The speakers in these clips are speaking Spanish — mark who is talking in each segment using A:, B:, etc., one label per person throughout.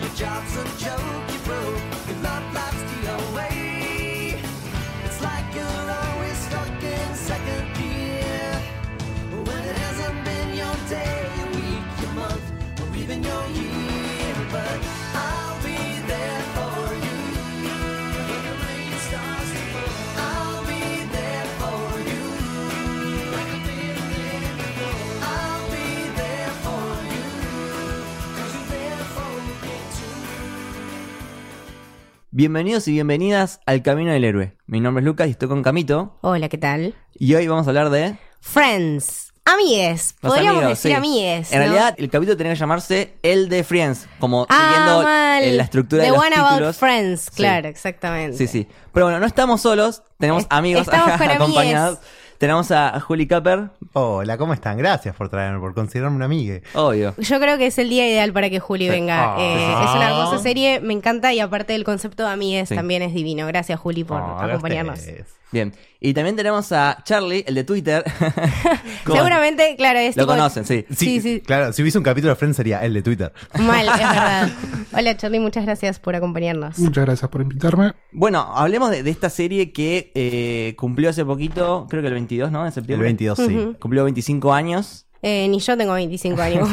A: Your job's a joke, you broke. Your love life's the away. It's like you're always stuck in second gear. When it hasn't been your day, your week, your month, or even your year. But I'll be there for you. When the rain starts to fall, I'll be there for you. Like I've been there before. I'll be there for you. Cause you're there for me too.
B: Bienvenidos y bienvenidas al Camino del Héroe. Mi nombre es Lucas y estoy con Camito.
C: Hola, ¿qué tal?
B: Y hoy vamos a hablar de.
C: Friends. Amigues.
B: los
C: Podríamos
B: amigos,
C: decir
B: sí.
C: amigues.
B: En
C: ¿no?
B: realidad, el capítulo tenía que llamarse El de Friends, como
C: Ah,
B: siguiendo
C: mal.
B: eh, la estructura
C: The
B: de los
C: One About
B: títulos.
C: Friends,
B: Sí.
C: claro, exactamente.
B: Sí, sí. Pero bueno, no estamos solos, tenemos
C: Es-
B: amigos
C: estamos con amigues.
B: acompañados. Tenemos a Juli Capper,
D: Hola, ¿cómo están? Gracias por traerme, por considerarme una amiga.
B: obvio.
C: Yo creo que es el día ideal para que Juli venga.
D: Ah.
C: Eh,
D: Sí.
C: Es una
D: Ah.
C: hermosa serie, me encanta y aparte el concepto de amigues
B: Sí.
C: también es divino. Gracias, Juli, por
D: Ah,
C: acompañarnos.
D: gracias.
B: Bien. Y también tenemos a Charlie, el de Twitter. Con-
C: Seguramente, claro, es
B: Lo
C: tipo-
B: conocen, sí.
C: Sí,
D: Sí,
C: sí.
D: Claro, si hubiese un capítulo de Friends sería el de Twitter.
C: Mal, es verdad. Hola, Charlie, muchas gracias por acompañarnos.
E: Muchas gracias por invitarme.
B: Bueno, hablemos de, de esta serie que eh, cumplió hace poquito, creo que el 22, ¿no? De
D: El
B: septiembre.
D: 22, sí.
B: Cumplió 25 años.
C: Eh, ni yo tengo 25 años.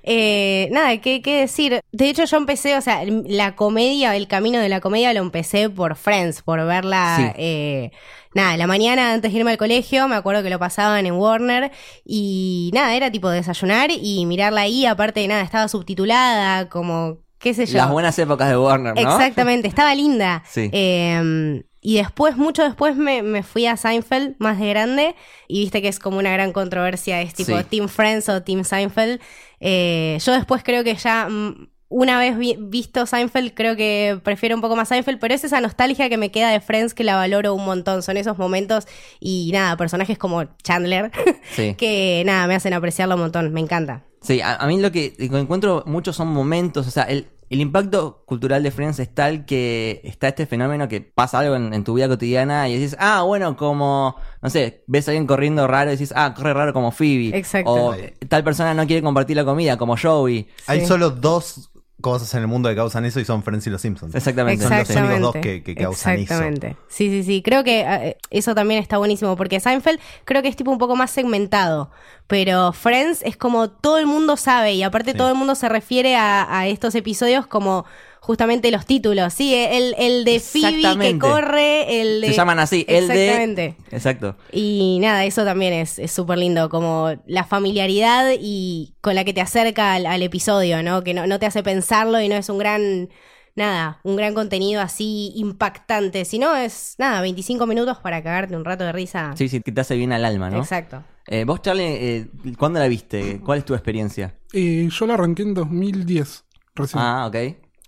C: Eh, nada, ¿qué, qué decir? De hecho, yo empecé, o sea, la comedia, el camino de la comedia lo empecé por Friends, por verla,
B: Sí.
C: eh, nada, la mañana antes de irme al colegio, me acuerdo que lo pasaban en Warner y nada, era tipo desayunar y mirarla ahí, aparte, nada, estaba subtitulada, como, qué sé yo.
B: Las buenas épocas de Warner, ¿no?
C: Exactamente, estaba linda.
B: Sí.
C: Eh, y después, mucho después, me, me fui a Seinfeld, más de grande, y viste que es como una gran controversia, es tipo
B: Sí.
C: Team Friends o Team Seinfeld. Eh, yo después creo que ya... mm, una vez vi- visto Seinfeld, creo que prefiero un poco más Seinfeld, pero es esa nostalgia que me queda de Friends que la valoro un montón. Son esos momentos y nada, personajes como Chandler
B: Sí.
C: que nada, me hacen apreciarlo un montón. Me encanta.
B: Sí, a, a mí lo que encuentro mucho son momentos, o sea, el, el impacto cultural de Friends es tal que está este fenómeno que pasa algo en, en tu vida cotidiana y dices, ah, bueno, como, no sé, ves a alguien corriendo raro y dices, ah, corre raro como Phoebe.
C: Exacto.
B: O eh, tal persona no quiere compartir la comida, como Joey.
D: Hay
C: Sí.
D: solo dos cosas en el mundo que causan eso y son Friends y los Simpsons.
B: Exactamente.
D: Son los
C: Exactamente.
D: únicos dos que- que causan eso.
C: Exactamente. Sí, sí, sí. Creo que eh, eso también está buenísimo porque Seinfeld creo que es tipo un poco más segmentado. Pero Friends es como todo el mundo sabe y aparte
D: Sí.
C: todo el mundo se refiere a, a estos episodios como justamente los títulos. Sí, el, el de Phoebe que
B: Exactamente.
C: corre, el de...
B: Se llaman así, el de-
C: Exactamente.
B: Exacto.
C: Y nada, eso también es es súper lindo, como la familiaridad y con la que te acerca al, al episodio, ¿no? Que no, no te hace pensarlo y no es un gran, nada, un gran contenido así impactante, sino es, nada, 25 minutos para cagarte un rato de risa.
B: Sí, sí, que te hace bien al alma, ¿no?
C: Exacto.
B: Eh, vos, Charlie, eh, ¿cuándo la viste? ¿Cuál es tu experiencia?
E: Eh, yo la arranqué en 2010, recién.
B: Ah, ok.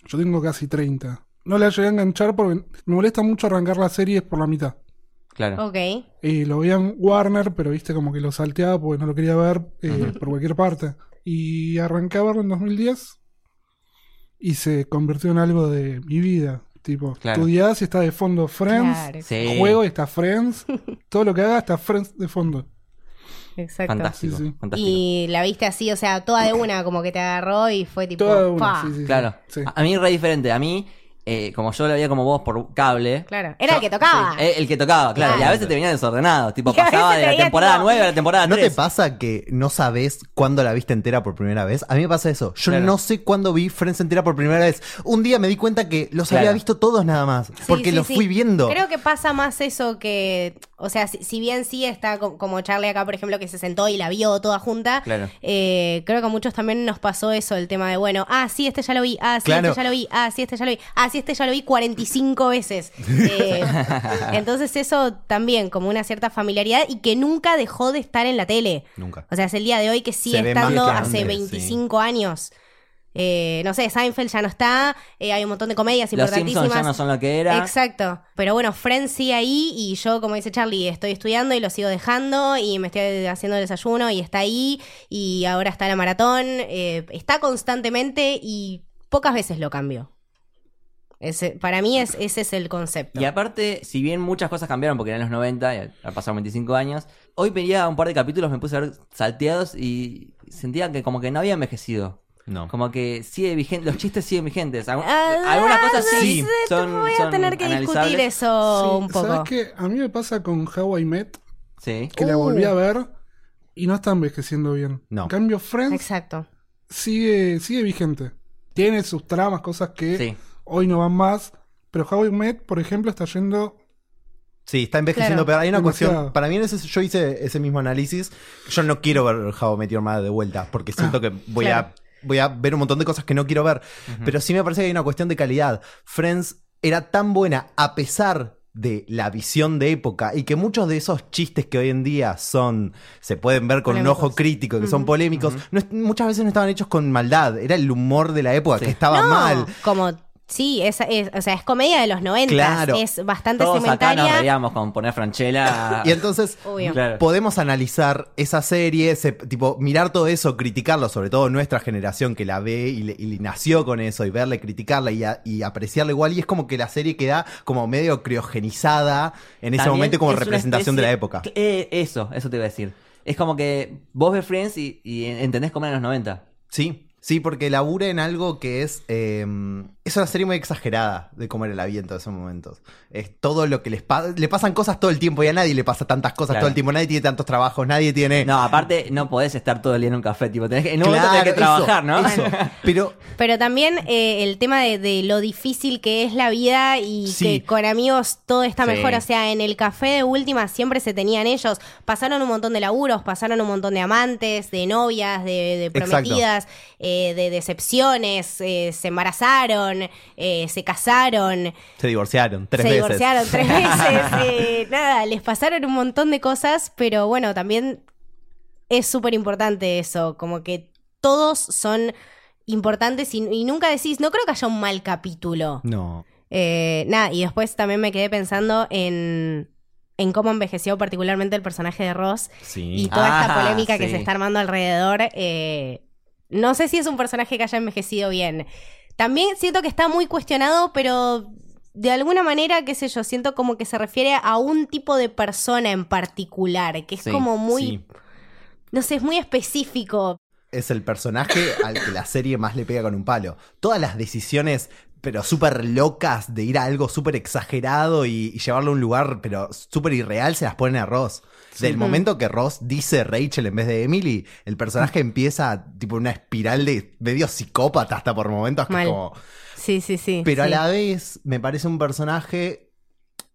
E: Yo tengo casi 30. No la llegué a enganchar porque me molesta mucho arrancar las series por la mitad.
B: Claro.
C: Ok.
E: Eh, lo veía en Warner, pero viste como que lo salteaba porque no lo quería ver eh, por cualquier parte. Y arranqué a verlo en 2010 y se convirtió en algo de mi vida. Tipo,
B: Claro.
E: estudiás y está de fondo Friends,
C: Claro,
B: Sí.
E: juego y está Friends, todo lo que haga está Friends de fondo.
C: exacto.
B: Fantástico,
E: Sí, sí.
B: fantástico.
C: Y la viste así, o sea, toda de una, como que te agarró y fue tipo.
E: Toda una,
C: ¡pa!
E: sí, sí, sí.
B: Claro.
E: Sí.
B: A a mí re diferente. A mí, eh, como yo la veía como vos por cable.
C: Claro. Era el que tocaba.
B: eh, el que tocaba, claro. Y a
C: Claro.
B: veces te venía desordenado. Tipo,
C: Y a veces
B: pasaba de
C: te
B: la
C: veía
B: temporada
C: tipo-
B: 9 a la temporada
D: Ah, ¿No
B: 3.
D: te pasa que no sabes cuándo la viste entera por primera vez? A mí me pasa eso. Yo
B: Claro.
D: no sé cuándo vi Friends entera por primera vez. Un día me di cuenta que los
B: Claro.
D: había visto todos nada más.
C: Sí, sí,
D: porque los
C: sí.
D: fui viendo.
C: Creo que pasa más eso que, o sea, si, si bien sí está co- como Charlie acá, por ejemplo, que se sentó y la vio toda junta,
B: Claro.
C: eh, creo que a muchos también nos pasó eso, el tema de, bueno, ah, sí, este ya lo vi, ah, sí,
D: Claro.
C: este ya lo vi, ah, sí, este ya lo vi, ah, sí, este ya lo vi 45 veces. Eh, entonces eso también, como una cierta familiaridad y que nunca dejó de estar en la tele.
D: Nunca.
C: O sea, es el día de hoy que sigue
D: Se ve más
C: estando
D: grande,
C: hace
D: sí.
C: 25 años. Eh, no sé, Seinfeld ya no está, eh, hay un montón de comedias
B: Los
C: importantísimas.
B: Simpsons ya no son lo que era.
C: Exacto. Pero bueno, Friends sigue ahí y yo, como dice Charlie, estoy estudiando y lo sigo dejando y me estoy haciendo el desayuno y está ahí y ahora está la maratón. eh, está constantemente y pocas veces lo cambio. Ese- para mí es, ese es el concepto.
B: Y aparte, si bien muchas cosas cambiaron porque eran los 90, y han pasado 25 años, hoy veía un par de capítulos, me puse a ver salteados y sentía que como que no había envejecido.
D: No.
B: Como que sigue vigente, los chistes siguen vigentes. Algu-
C: Ah,
B: algunas cosas
C: no
B: sí
C: sé,
B: son,
C: Voy a
B: son
C: tener que discutir
B: analizables.
C: eso
E: Sí,
C: un poco.
E: ¿Sabes qué? A mí me pasa con How I Met,
B: Sí.
E: que la
C: Uh.
E: volví a ver y no está envejeciendo bien.
D: No.
E: En cambio, Friends
C: Exacto.
E: sigue, sigue vigente. Tiene sus tramas, cosas que
B: Sí.
E: hoy no van más. Pero How I Met, por ejemplo, está yendo.
D: Sí, está
C: Claro.
D: envejeciendo, pero hay una
E: Demasiado.
D: cuestión. Para mí, en ese, yo hice ese mismo análisis. Yo no quiero ver How I Met Your Mother de vuelta, porque siento que voy
C: Ah, claro.
D: a. Voy a ver un montón de cosas que no quiero ver. Pero sí me parece que hay una cuestión de calidad. Friends era tan buena a pesar de la visión de época y que muchos de esos chistes que hoy en día son, se pueden ver con
C: Polémicos.
D: un ojo crítico, que son polémicos, no es- muchas veces no estaban hechos con maldad, era el humor de la época que estaba
B: Ah,
C: No,
D: mal.
C: Como, sí, es, es- o sea, es comedia de los 90.
D: Claro.
C: Es bastante
B: Todos acá nos
C: segmentaria.
B: reíamos con poner Franchella.
D: Y entonces
C: Obvio.
B: Ah. Claro.
D: podemos analizar esa serie, ese- tipo, mirar todo eso, criticarlo, sobre todo nuestra generación que la ve y, le- y nació con eso, y verle, criticarla y, a- y apreciarla igual. Y es como que la serie queda como medio criogenizada en ese
B: También
D: momento como
B: es una
D: representación de la
B: especie-
D: época.
B: Eh, eso, eso te iba a decir. Es como que vos ves Friends y, y entendés cómo eran los 90.
D: Sí, sí, porque labura en algo que es. eh, es una serie muy exagerada de cómo era la vida en todos esos momentos. Es todo lo que les pasa. Le pasan cosas todo el tiempo y a nadie le pasa tantas cosas
B: Claro.
D: todo el tiempo. Nadie tiene tantos trabajos, nadie tiene.
B: No, aparte no podés estar todo el día en un café, tipo, tenés que, en un
D: Claro,
B: momento tenés que
D: eso,
B: trabajar, ¿no?
D: eso. Pero
C: Pero también eh, el tema de, de lo difícil que es la vida y
D: Sí.
C: que con amigos todo está
B: Sí.
C: mejor. O sea, en el café de última siempre se tenían ellos. Pasaron un montón de laburos, pasaron un montón de amantes, de novias, de, de
D: Exacto.
C: prometidas, eh, de decepciones, eh, se embarazaron, eh, se casaron.
D: se divorciaron
C: se
D: tres veces.
C: divorciaron tres veces. eh, nada, les pasaron un montón de cosas, pero bueno, también es súper importante eso, como que todos son importantes y, y nunca decís, no creo que haya un mal capítulo.
D: No.
C: Eh, nada, y después también me quedé pensando en, en cómo envejeció particularmente el personaje de Ross y
D: Sí.
C: toda esta
B: Ah,
C: polémica que
B: sí.
C: se está armando alrededor, eh, no sé si es un personaje que haya envejecido bien. También siento que está muy cuestionado, pero de alguna manera, qué sé yo, siento como que se refiere a un tipo de persona en particular, que es
B: Sí,
C: como muy,
D: sí.
C: no sé, es muy específico.
D: Es el personaje al que la serie más le pega con un palo. Todas las decisiones, pero súper locas, de ir a algo súper exagerado y, y llevarlo a un lugar, pero súper irreal, se las ponen a Ross. Del momento que Ross dice Rachel en vez de Emily, el personaje
C: Mm.
D: empieza tipo una espiral de medio psicópata hasta por momentos que es
C: Mal.
D: como.
C: Sí, sí, sí.
D: Pero a
C: sí.
D: la vez me parece un personaje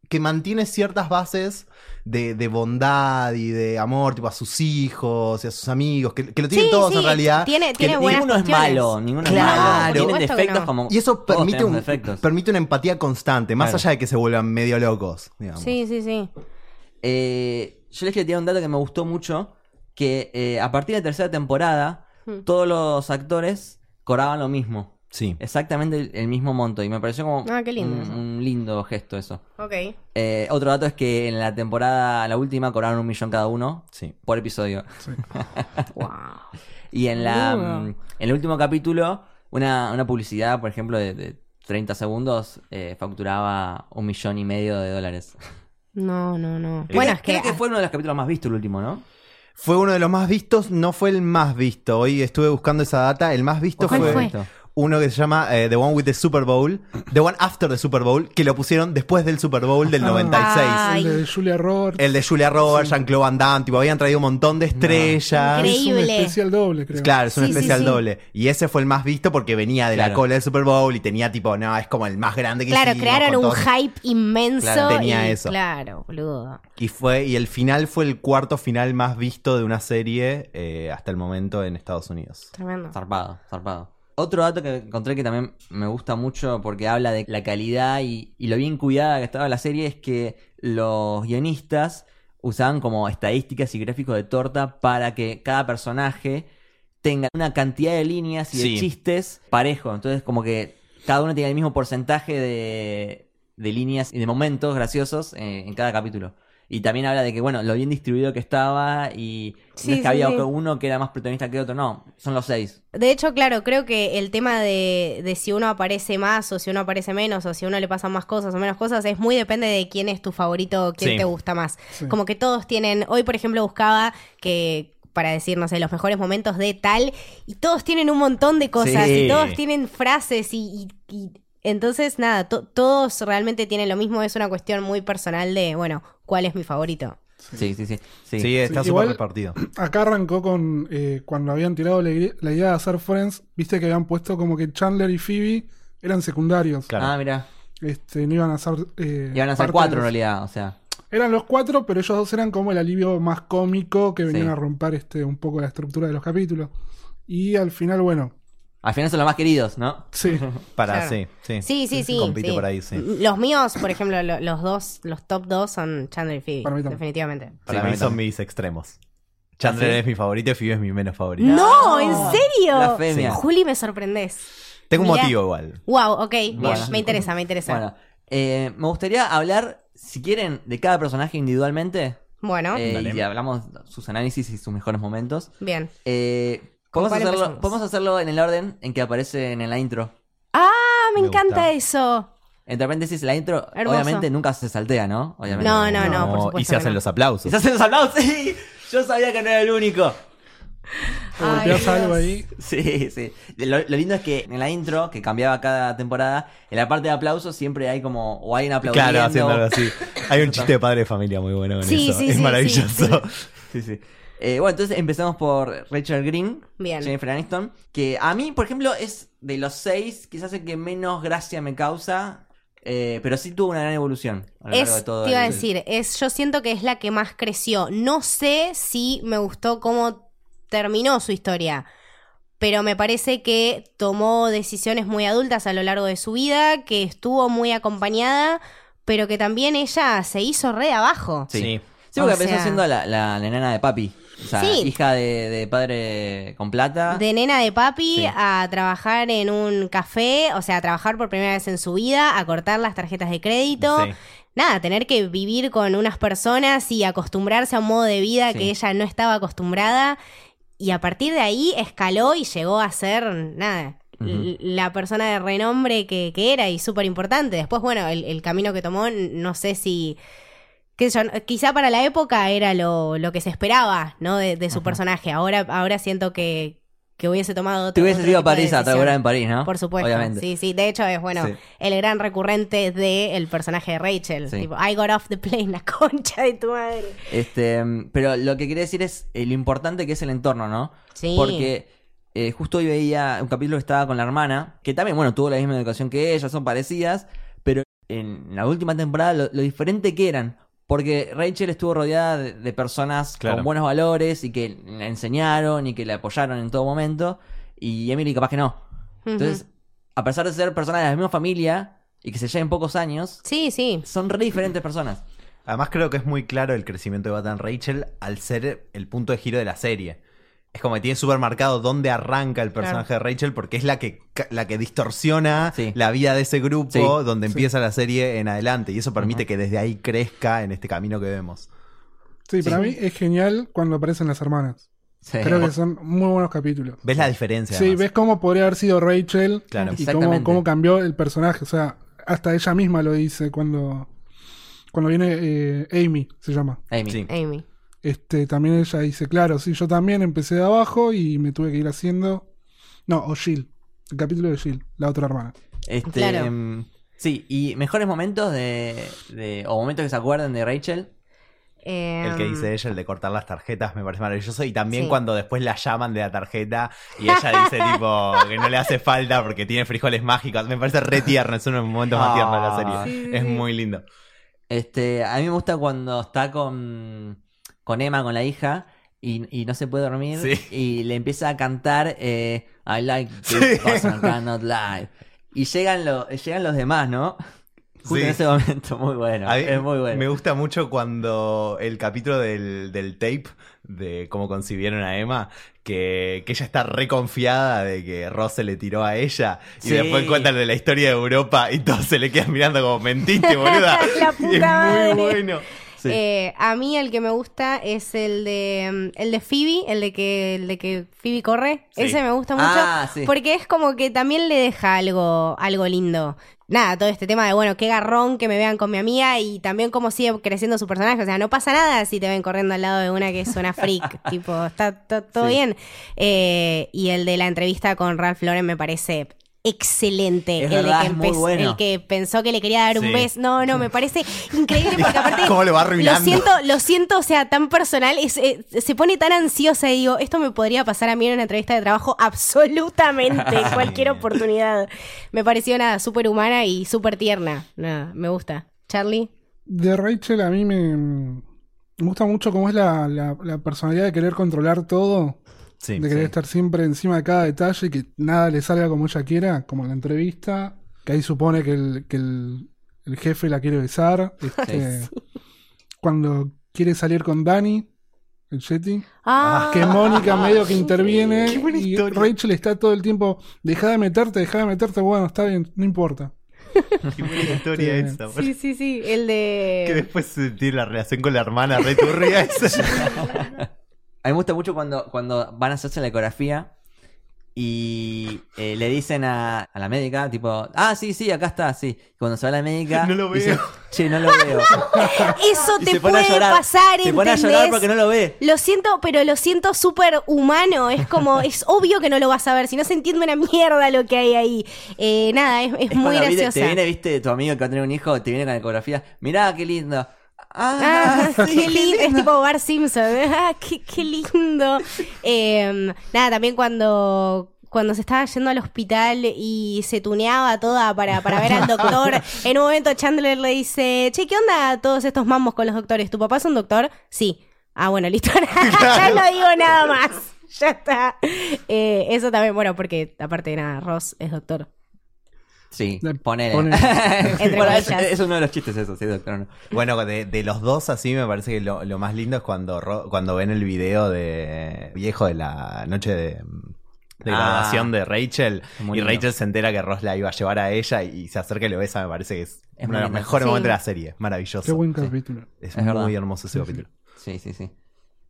D: que mantiene ciertas bases de, de bondad y de amor, tipo a sus hijos y a sus amigos, que, que lo tienen
C: Sí,
D: todos
C: sí,
D: en realidad.
C: tiene-
D: que-
C: tiene
D: que-
C: buena- Buenas
B: Ninguno es
C: cuestiones.
B: malo, ninguno es
D: Claro.
B: malo.
D: Por
B: Tienen
C: supuesto que
B: defectos
C: no.
B: como.
D: y eso
B: todos
D: permite,
B: tenemos
D: un-
B: defectos.
D: permite una empatía constante, más
B: Claro.
D: allá de que se vuelvan medio locos. digamos.
C: Sí, sí, sí.
B: Eh, yo les quería tirar un dato que me gustó mucho, que eh, a partir de la tercera temporada,
C: Hmm.
B: todos los actores cobraban lo mismo,
D: Sí.
B: exactamente el, el mismo monto, y me pareció como
C: Ah, qué lindo
B: un-
C: eso.
B: un lindo gesto eso.
C: Ok.
B: Eh, otro dato es que en la temporada, la última, cobraron un millón cada uno
D: Sí.
B: por episodio.
E: Sí.
C: wow.
B: Y en la
C: Boludo.
B: mm, en el último capítulo, una, una publicidad, por ejemplo, de, de 30 segundos, eh, facturaba un millón y medio de dólares.
C: No, no, no. Bueno, es que...
B: Creo que fue uno de los capítulos más vistos, el último, ¿no?
D: Fue uno de los más vistos, no fue el más visto. Hoy estuve buscando esa data. El más visto
C: ¿Cuál
D: fue,
C: fue?
D: uno que se llama eh, The One with the Super Bowl, The One After the Super Bowl, que lo pusieron después del Super Bowl del
E: Ah.
D: 96.
C: Ay.
E: El de Julia Roberts.
D: El de Julia Roberts, Jean-Claude Van Damme, tipo, habían traído un montón de estrellas.
C: Increíble.
E: es un especial doble, creo.
D: Claro, es un
C: Sí, sí,
D: especial
C: sí.
D: doble. Y ese fue el más visto porque venía de la
B: Claro.
D: cola del Super Bowl y tenía tipo, no, es como el más grande que
C: Claro,
D: hicimos,
C: crearon
D: con
C: un
D: todo-
C: hype inmenso.
D: Claro, tenía
C: y-
D: eso.
C: Claro, boludo.
D: Y fue, y el final fue el cuarto final más visto de una serie eh, hasta el momento en Estados Unidos.
C: Tremendo.
B: Zarpado, zarpado. Otro dato que encontré que también me gusta mucho porque habla de la calidad y, y lo bien cuidada que estaba la serie es que los guionistas usaban como estadísticas y gráficos de torta para que cada personaje tenga una cantidad de líneas y
D: Sí.
B: de chistes parejo. Entonces como que cada uno tiene el mismo porcentaje de, de líneas y de momentos graciosos eh, en cada capítulo. Y también habla de que, bueno, lo bien distribuido que estaba y
C: Sí,
B: no es que había
C: sí, sí.
B: uno que era más protagonista que otro, no, son los seis.
C: De hecho, claro, creo que el tema de, de si uno aparece más o si uno aparece menos o si a uno le pasan más cosas o menos cosas es muy depende de quién es tu favorito o quién
D: Sí.
C: te gusta más.
E: Sí.
C: Como que todos tienen, hoy por ejemplo buscaba que para decir, no sé, los mejores momentos de tal, y todos tienen un montón de cosas,
B: Sí.
C: y todos tienen frases, y, y- y entonces nada, to- todos realmente tienen lo mismo, es una cuestión muy personal de, bueno, ¿cuál es mi favorito?
B: Sí, sí, sí. sí.
D: Sí, está
E: Sí,
D: súper
E: igual-
D: repartido.
E: Acá arrancó con eh, cuando habían tirado la, i- la idea de hacer Friends, viste que habían puesto como que Chandler y Phoebe eran secundarios.
D: Claro.
B: Ah, mira.
E: Este, no iban a ser. eh,
B: Y van a ser
E: parte
B: cuatro
E: de
B: en
E: los-
B: realidad, o sea.
E: Eran los cuatro, pero ellos dos eran como el alivio más cómico que venían
B: Sí.
E: a romper este, un poco la estructura de los capítulos. Y al final, bueno,
B: Al final son los más queridos, ¿no?
E: sí.
C: Claro.
D: Para, sí, sí.
C: Sí, sí, sí.
D: Compite
C: sí.
D: por ahí, sí.
C: Los míos, por ejemplo, lo- los dos, los top dos son Chandler y Phoebe,
E: Para mí también.
C: definitivamente.
D: Para
B: Sí,
D: mí
B: para mí
D: son
B: también.
D: mis extremos. Chandler
B: ¿Ah, sí?
D: es mi favorito y Phoebe es mi menos favorito.
C: No, ¿en serio?
B: La femia.
C: Juli, me sorprendés.
D: Tengo un
C: Mirá.
D: motivo igual.
C: Wow, ok, bien,
B: Bueno.
C: me interesa, me interesa.
B: Bueno, eh, me gustaría hablar, si quieren, de cada personaje individualmente.
C: Bueno,
B: Eh,
D: Dale.
B: y hablamos sus análisis y sus mejores momentos.
C: bien.
B: Eh, podemos,
C: cuál
B: hacerlo,
C: empezamos?
B: podemos hacerlo en el orden en que aparecen en la intro.
C: Ah, me,
D: Me
C: encanta
D: gusta.
C: eso.
B: Entre paréntesis, la intro
C: Hermoso.
B: obviamente nunca se saltea, ¿no? Obviamente.
C: No, no, no, por supuesto
D: Y se
C: que
D: hacen
C: no.
D: los aplausos.
B: ¿Se hacen los aplausos? Sí, yo sabía que no era el único.
E: O golpeás algo ahí.
B: Sí, sí. Lo, lo lindo es que en la intro, que cambiaba cada temporada, en la parte de aplausos siempre hay como, o alguien aplaudiendo.
D: Claro, haciéndolo así. Hay un chiste de padre de familia muy bueno con
C: Sí,
D: eso.
C: sí,
D: es
C: sí,
D: maravilloso.
B: Sí, sí. Eh, bueno, entonces empezamos por Rachel Green,
C: Bien.
B: Jennifer Aniston, que a mí, por ejemplo, es de los seis, quizás el que menos gracia me causa, eh, pero sí tuvo una gran evolución a lo largo de
C: Es,
B: todo
C: te iba a
B: el-
C: decir, es, yo siento que es la que más creció. No sé si me gustó cómo terminó su historia, pero me parece que tomó decisiones muy adultas a lo largo de su vida, que estuvo muy acompañada, pero que también ella se hizo re abajo.
B: Sí.
D: Sí.
B: Sí, porque
C: O
B: empezó
C: sea-
B: siendo la, la, la nena de papi. O sea,
C: Sí.
B: hija de, de padre con plata.
C: De nena de papi
B: Sí.
C: a trabajar en un café, o sea, a trabajar por primera vez en su vida, a cortar las tarjetas de crédito.
D: Sí.
C: Nada, tener que vivir con unas personas y acostumbrarse a un modo de vida
B: Sí.
C: que ella no estaba acostumbrada. Y a partir de ahí escaló y llegó a ser, nada,
B: Ujú.
C: l- la persona de renombre que, que era y súper importante. Después, bueno, el, el camino que tomó, n- no sé si. qué sé yo, n- quizá para la época era lo, lo que se esperaba, ¿no? De, de su personaje. Ahora, ahora siento que, que hubiese tomado otro.
B: Te hubieses
C: otro
B: ido a
C: tipo de
B: París a
C: decisión.
B: trabajar en París, ¿no?
C: Por supuesto.
B: Obviamente.
C: Sí, sí. De hecho, es bueno,
B: Sí.
C: el gran recurrente del personaje de Rachel.
B: Sí.
C: Tipo, I got off the plane, la concha de tu madre.
B: Este, mm, pero lo que quería decir es eh, lo importante que es el entorno, ¿no?
C: Sí.
B: Porque eh, justo hoy veía un capítulo que estaba con la hermana, que también, bueno, tuvo la misma educación que ella, son parecidas, pero en la última temporada lo, lo diferente que eran. Porque Rachel estuvo rodeada de, de personas
D: Claro.
B: con buenos valores y que la enseñaron y que la apoyaron en todo momento, y Emily capaz que no.
C: Ujú.
B: Entonces, a pesar de ser personas de la misma familia y que se lleven pocos años,
C: Sí, sí.
B: son re diferentes personas.
D: Además creo que es muy claro el crecimiento de Batman Rachel al ser el punto de giro de la serie. Es como que tiene súper marcado dónde arranca el personaje de Rachel porque es la que, ca- la que distorsiona
B: Sí.
D: la vida de ese grupo
B: Sí.
D: donde empieza la serie en adelante. Y eso permite que desde ahí crezca en este camino que vemos.
E: Sí, para mí es genial cuando aparecen las hermanas.
B: Sí.
E: Creo que son muy buenos capítulos.
D: ¿Ves la diferencia?
E: Sí,
D: además?
E: ves cómo podría haber sido Rachel
D: Claro.
E: y
B: Exactamente.
E: cómo, cómo cambió el personaje. O sea, hasta ella misma lo dice cuando, cuando viene eh, Amy, se llama.
B: Amy.
D: Sí.
C: Amy.
E: Este, también ella dice, claro, sí, yo también empecé de abajo y me tuve que ir haciendo. No, o Jill, el capítulo de Jill, la otra hermana.
B: Este,
C: Claro.
B: em, Sí, y mejores momentos de, de- o momentos que se acuerden de Rachel.
C: Eh,
D: El que dice ella, el de cortar las tarjetas, me parece maravilloso. Y también
C: Sí.
D: cuando después la llaman de la tarjeta y ella dice, tipo, que no le hace falta porque tiene frijoles mágicos. Me parece re tierno, es uno de los momentos más tiernos de la
B: Ah.
D: serie.
C: Sí, sí,
D: es
C: sí.
D: muy lindo.
B: Este, a mí me gusta cuando está con, con Emma, con la hija, y, y no se puede dormir.
D: Sí.
B: Y le empieza a cantar eh, I like
D: Sí.
B: this person, cannot lie. Y llegan, lo- llegan los demás, ¿no? Justo
D: Sí.
B: en ese momento, muy bueno.
D: A mí
B: es muy
D: Me
B: bueno.
D: gusta mucho cuando el capítulo del, del tape, de cómo concibieron a Emma, que, que ella está reconfiada de que Ross se le tiró a ella. Y
B: Sí.
D: después cuentan de la historia de Europa y todos se le quedan mirando como mentiste, boluda.
C: La puta
D: Y es
C: madre.
D: muy bueno.
B: Sí, Sí.
C: Eh, a mí el que me gusta es el de mm, el de Phoebe, el de que el de que Phoebe corre.
F: Sí.
C: Ese me gusta mucho
B: Ah, sí.
C: porque es como que también le deja algo algo lindo. Nada, todo este tema de bueno, qué garrón que me vean con mi amiga y también cómo sigue creciendo su personaje, o sea, no pasa nada si te ven corriendo al lado de una que es una freak, tipo, está to- todo
B: Sí.
C: bien. Eh, y el de la entrevista con Ralph Lauren me parece excelente,
B: Es
C: el de
B: verdad,
C: que
B: es muy
C: empe-
B: bueno.
C: el que pensó que le quería dar
F: Sí.
C: un beso. No, no, me parece increíble porque aparte
D: ¿Cómo lo va arruinando?
C: lo siento, lo siento, o sea, tan personal, es, eh, se pone tan ansiosa y digo, esto me podría pasar a mí en una entrevista de trabajo absolutamente, en cualquier oportunidad. Me pareció nada, súper humana y súper tierna. Nada, me gusta. Charlie.
E: De Rachel a mí me, me gusta mucho cómo es la, la- la personalidad de querer controlar todo,
D: Sí,
E: de querer
D: sí.
E: estar siempre encima de cada detalle y que nada le salga como ella quiera, como en la entrevista, que ahí supone que el, que el, el jefe la quiere besar, este, cuando quiere salir con Dani, el Yeti.
C: Ah,
E: que Mónica medio que interviene
D: Qué buena
E: y
D: historia.
E: Rachel está todo el tiempo, deja de meterte, deja de meterte, bueno, está bien, no importa.
D: Qué buena historia
E: Sí.
D: esa,
C: Sí, sí, sí, el
D: Que
C: de...
D: después eh, tiene la relación con la hermana re turbia esa.
B: A mí me gusta mucho cuando, cuando van a hacerse la ecografía y eh, le dicen a, a la médica, tipo, ah, sí, sí, acá está, sí. Y Cuando se va la médica,
D: No lo
B: dice,
D: veo.
B: che, no lo veo.
C: Eso
B: Y
C: te
B: se pone a
C: puede
B: llorar.
C: pasar,
B: Se pone a llorar
C: ¿entendés?
B: porque no lo ve.
C: Lo siento, pero lo siento súper humano. Es como, es obvio que no lo vas a ver. Si no se entiende una mierda lo que hay ahí. Eh, nada, es, es
B: Es
C: muy
B: cuando viene-
C: graciosa.
B: te viene, viste, tu amigo que va a tener un hijo, te viene con la ecografía, mirá, qué lindo. Ah,
C: Ah,
B: sí,
C: qué lindo. Es tipo Bar Simpson. Ah, qué, qué lindo. Eh, nada, también cuando. Cuando se estaba yendo al hospital y se tuneaba toda para, para ver al doctor, en un momento Chandler le dice, che, ¿qué onda todos estos mambos con los doctores? ¿Tu papá es un doctor? Sí. Ah, bueno, listo. ya no digo nada más. Ya está. Eh, eso también, bueno, porque aparte de nada, Ross es doctor.
B: Sí,
E: Le-
B: ponele.
E: ponele.
C: Entre
B: Bueno, es,
C: comillas.
B: es uno de los chistes eso, sí, doctor. no.
D: Bueno, de, de los dos así me parece que lo, lo más lindo es cuando Ro- cuando ven el video de viejo de la noche de, de
B: Ah.
D: graduación de Rachel
B: Muy
D: y
B: lindo.
D: Rachel se entera que Ross la iba a llevar a ella y se acerca y lo besa, me parece que es,
B: Es muy
D: uno de los
B: lindo.
D: mejores
C: Sí.
D: momentos de la serie, maravilloso.
E: Qué buen capítulo.
D: Es,
B: Es
D: muy
B: verdad.
D: hermoso ese
E: Sí, sí.
D: capítulo.
B: Sí, sí, sí.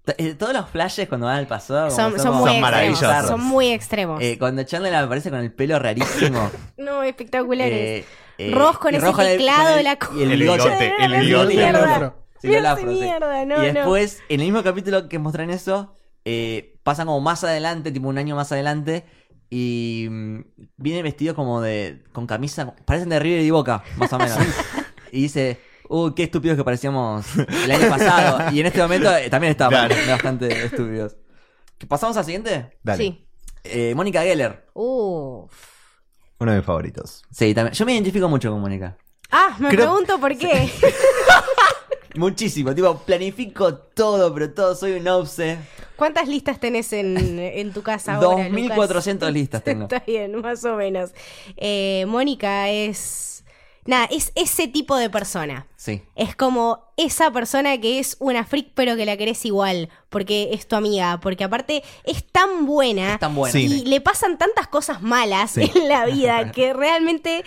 B: T- eh, Todos los flashes cuando van al pasado como
C: Son, son
B: como-
C: muy
D: Son
C: extremos.
D: maravillosos.
C: Son muy extremos.
B: Eh, cuando Chandler aparece con el pelo rarísimo.
C: no,
B: eh,
C: espectaculares.
B: eh,
C: Ross con
B: y
C: ese
B: Ross con el-
C: teclado
B: con el-
C: de la co-
B: Y el
D: El
B: bigote.
D: bigote, el
C: Me hace
D: bigote.
E: El
C: mierda.
E: afro.
B: Sí, el
C: Me hace
B: afro, sí.
C: mierda, no,
B: y
C: no.
B: después, en el mismo capítulo que muestran eso, eh, pasan como más adelante, tipo un año más adelante, y mm, viene vestido como de. con camisa. parecen de River y Boca, más o menos. y dice. Uy, qué estúpidos que parecíamos el año pasado. Y en este momento eh, también estamos
D: Claro.
B: bastante estúpidos. ¿Pasamos al siguiente?
D: Dale,
C: Sí.
B: Eh, Mónica Geller.
C: Uf.
D: uno de mis favoritos.
B: Sí, también. Yo me identifico mucho con Mónica.
C: Ah, me
D: Creo-
C: pregunto por qué.
B: Muchísimo. Tipo, planifico todo, pero todo. Soy un obse.
C: ¿Cuántas listas tenés en, en tu casa ahora?
B: 2400 listas
C: Lucas?
B: tengo.
C: Está bien, más o menos. Eh, Mónica es. Nada, es ese tipo de persona.
B: Sí.
C: Es como esa persona que es una freak, pero que la querés igual, porque es tu amiga, porque aparte es tan buena.
B: Es tan buena.
D: Sí.
B: Sí.
C: Y le pasan tantas cosas malas
D: Sí.
C: en la vida que realmente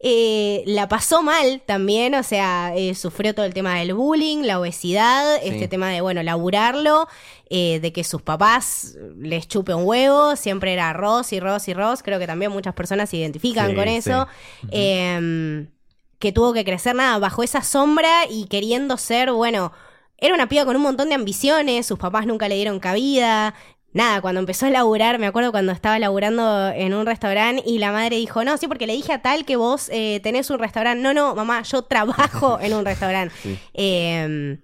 C: eh, la pasó mal también. O sea, eh, sufrió todo el tema del bullying, la obesidad,
B: Sí.
C: este tema de, bueno, laburarlo, eh, de que sus papás les chupe un huevo. Siempre era Ross y Ross y Ross. Creo que también muchas personas se identifican
D: Sí,
C: con
D: sí.
C: eso. Em, que tuvo que crecer nada bajo esa sombra y queriendo ser, bueno, era una piba con un montón de ambiciones, sus papás nunca le dieron cabida. Nada, cuando empezó a laburar, me acuerdo cuando estaba laburando en un restaurante y la madre dijo, no, sí, porque le dije a tal que vos eh, tenés un restaurante. No, no, mamá, yo trabajo en un restaurante.
B: Sí.
C: Em,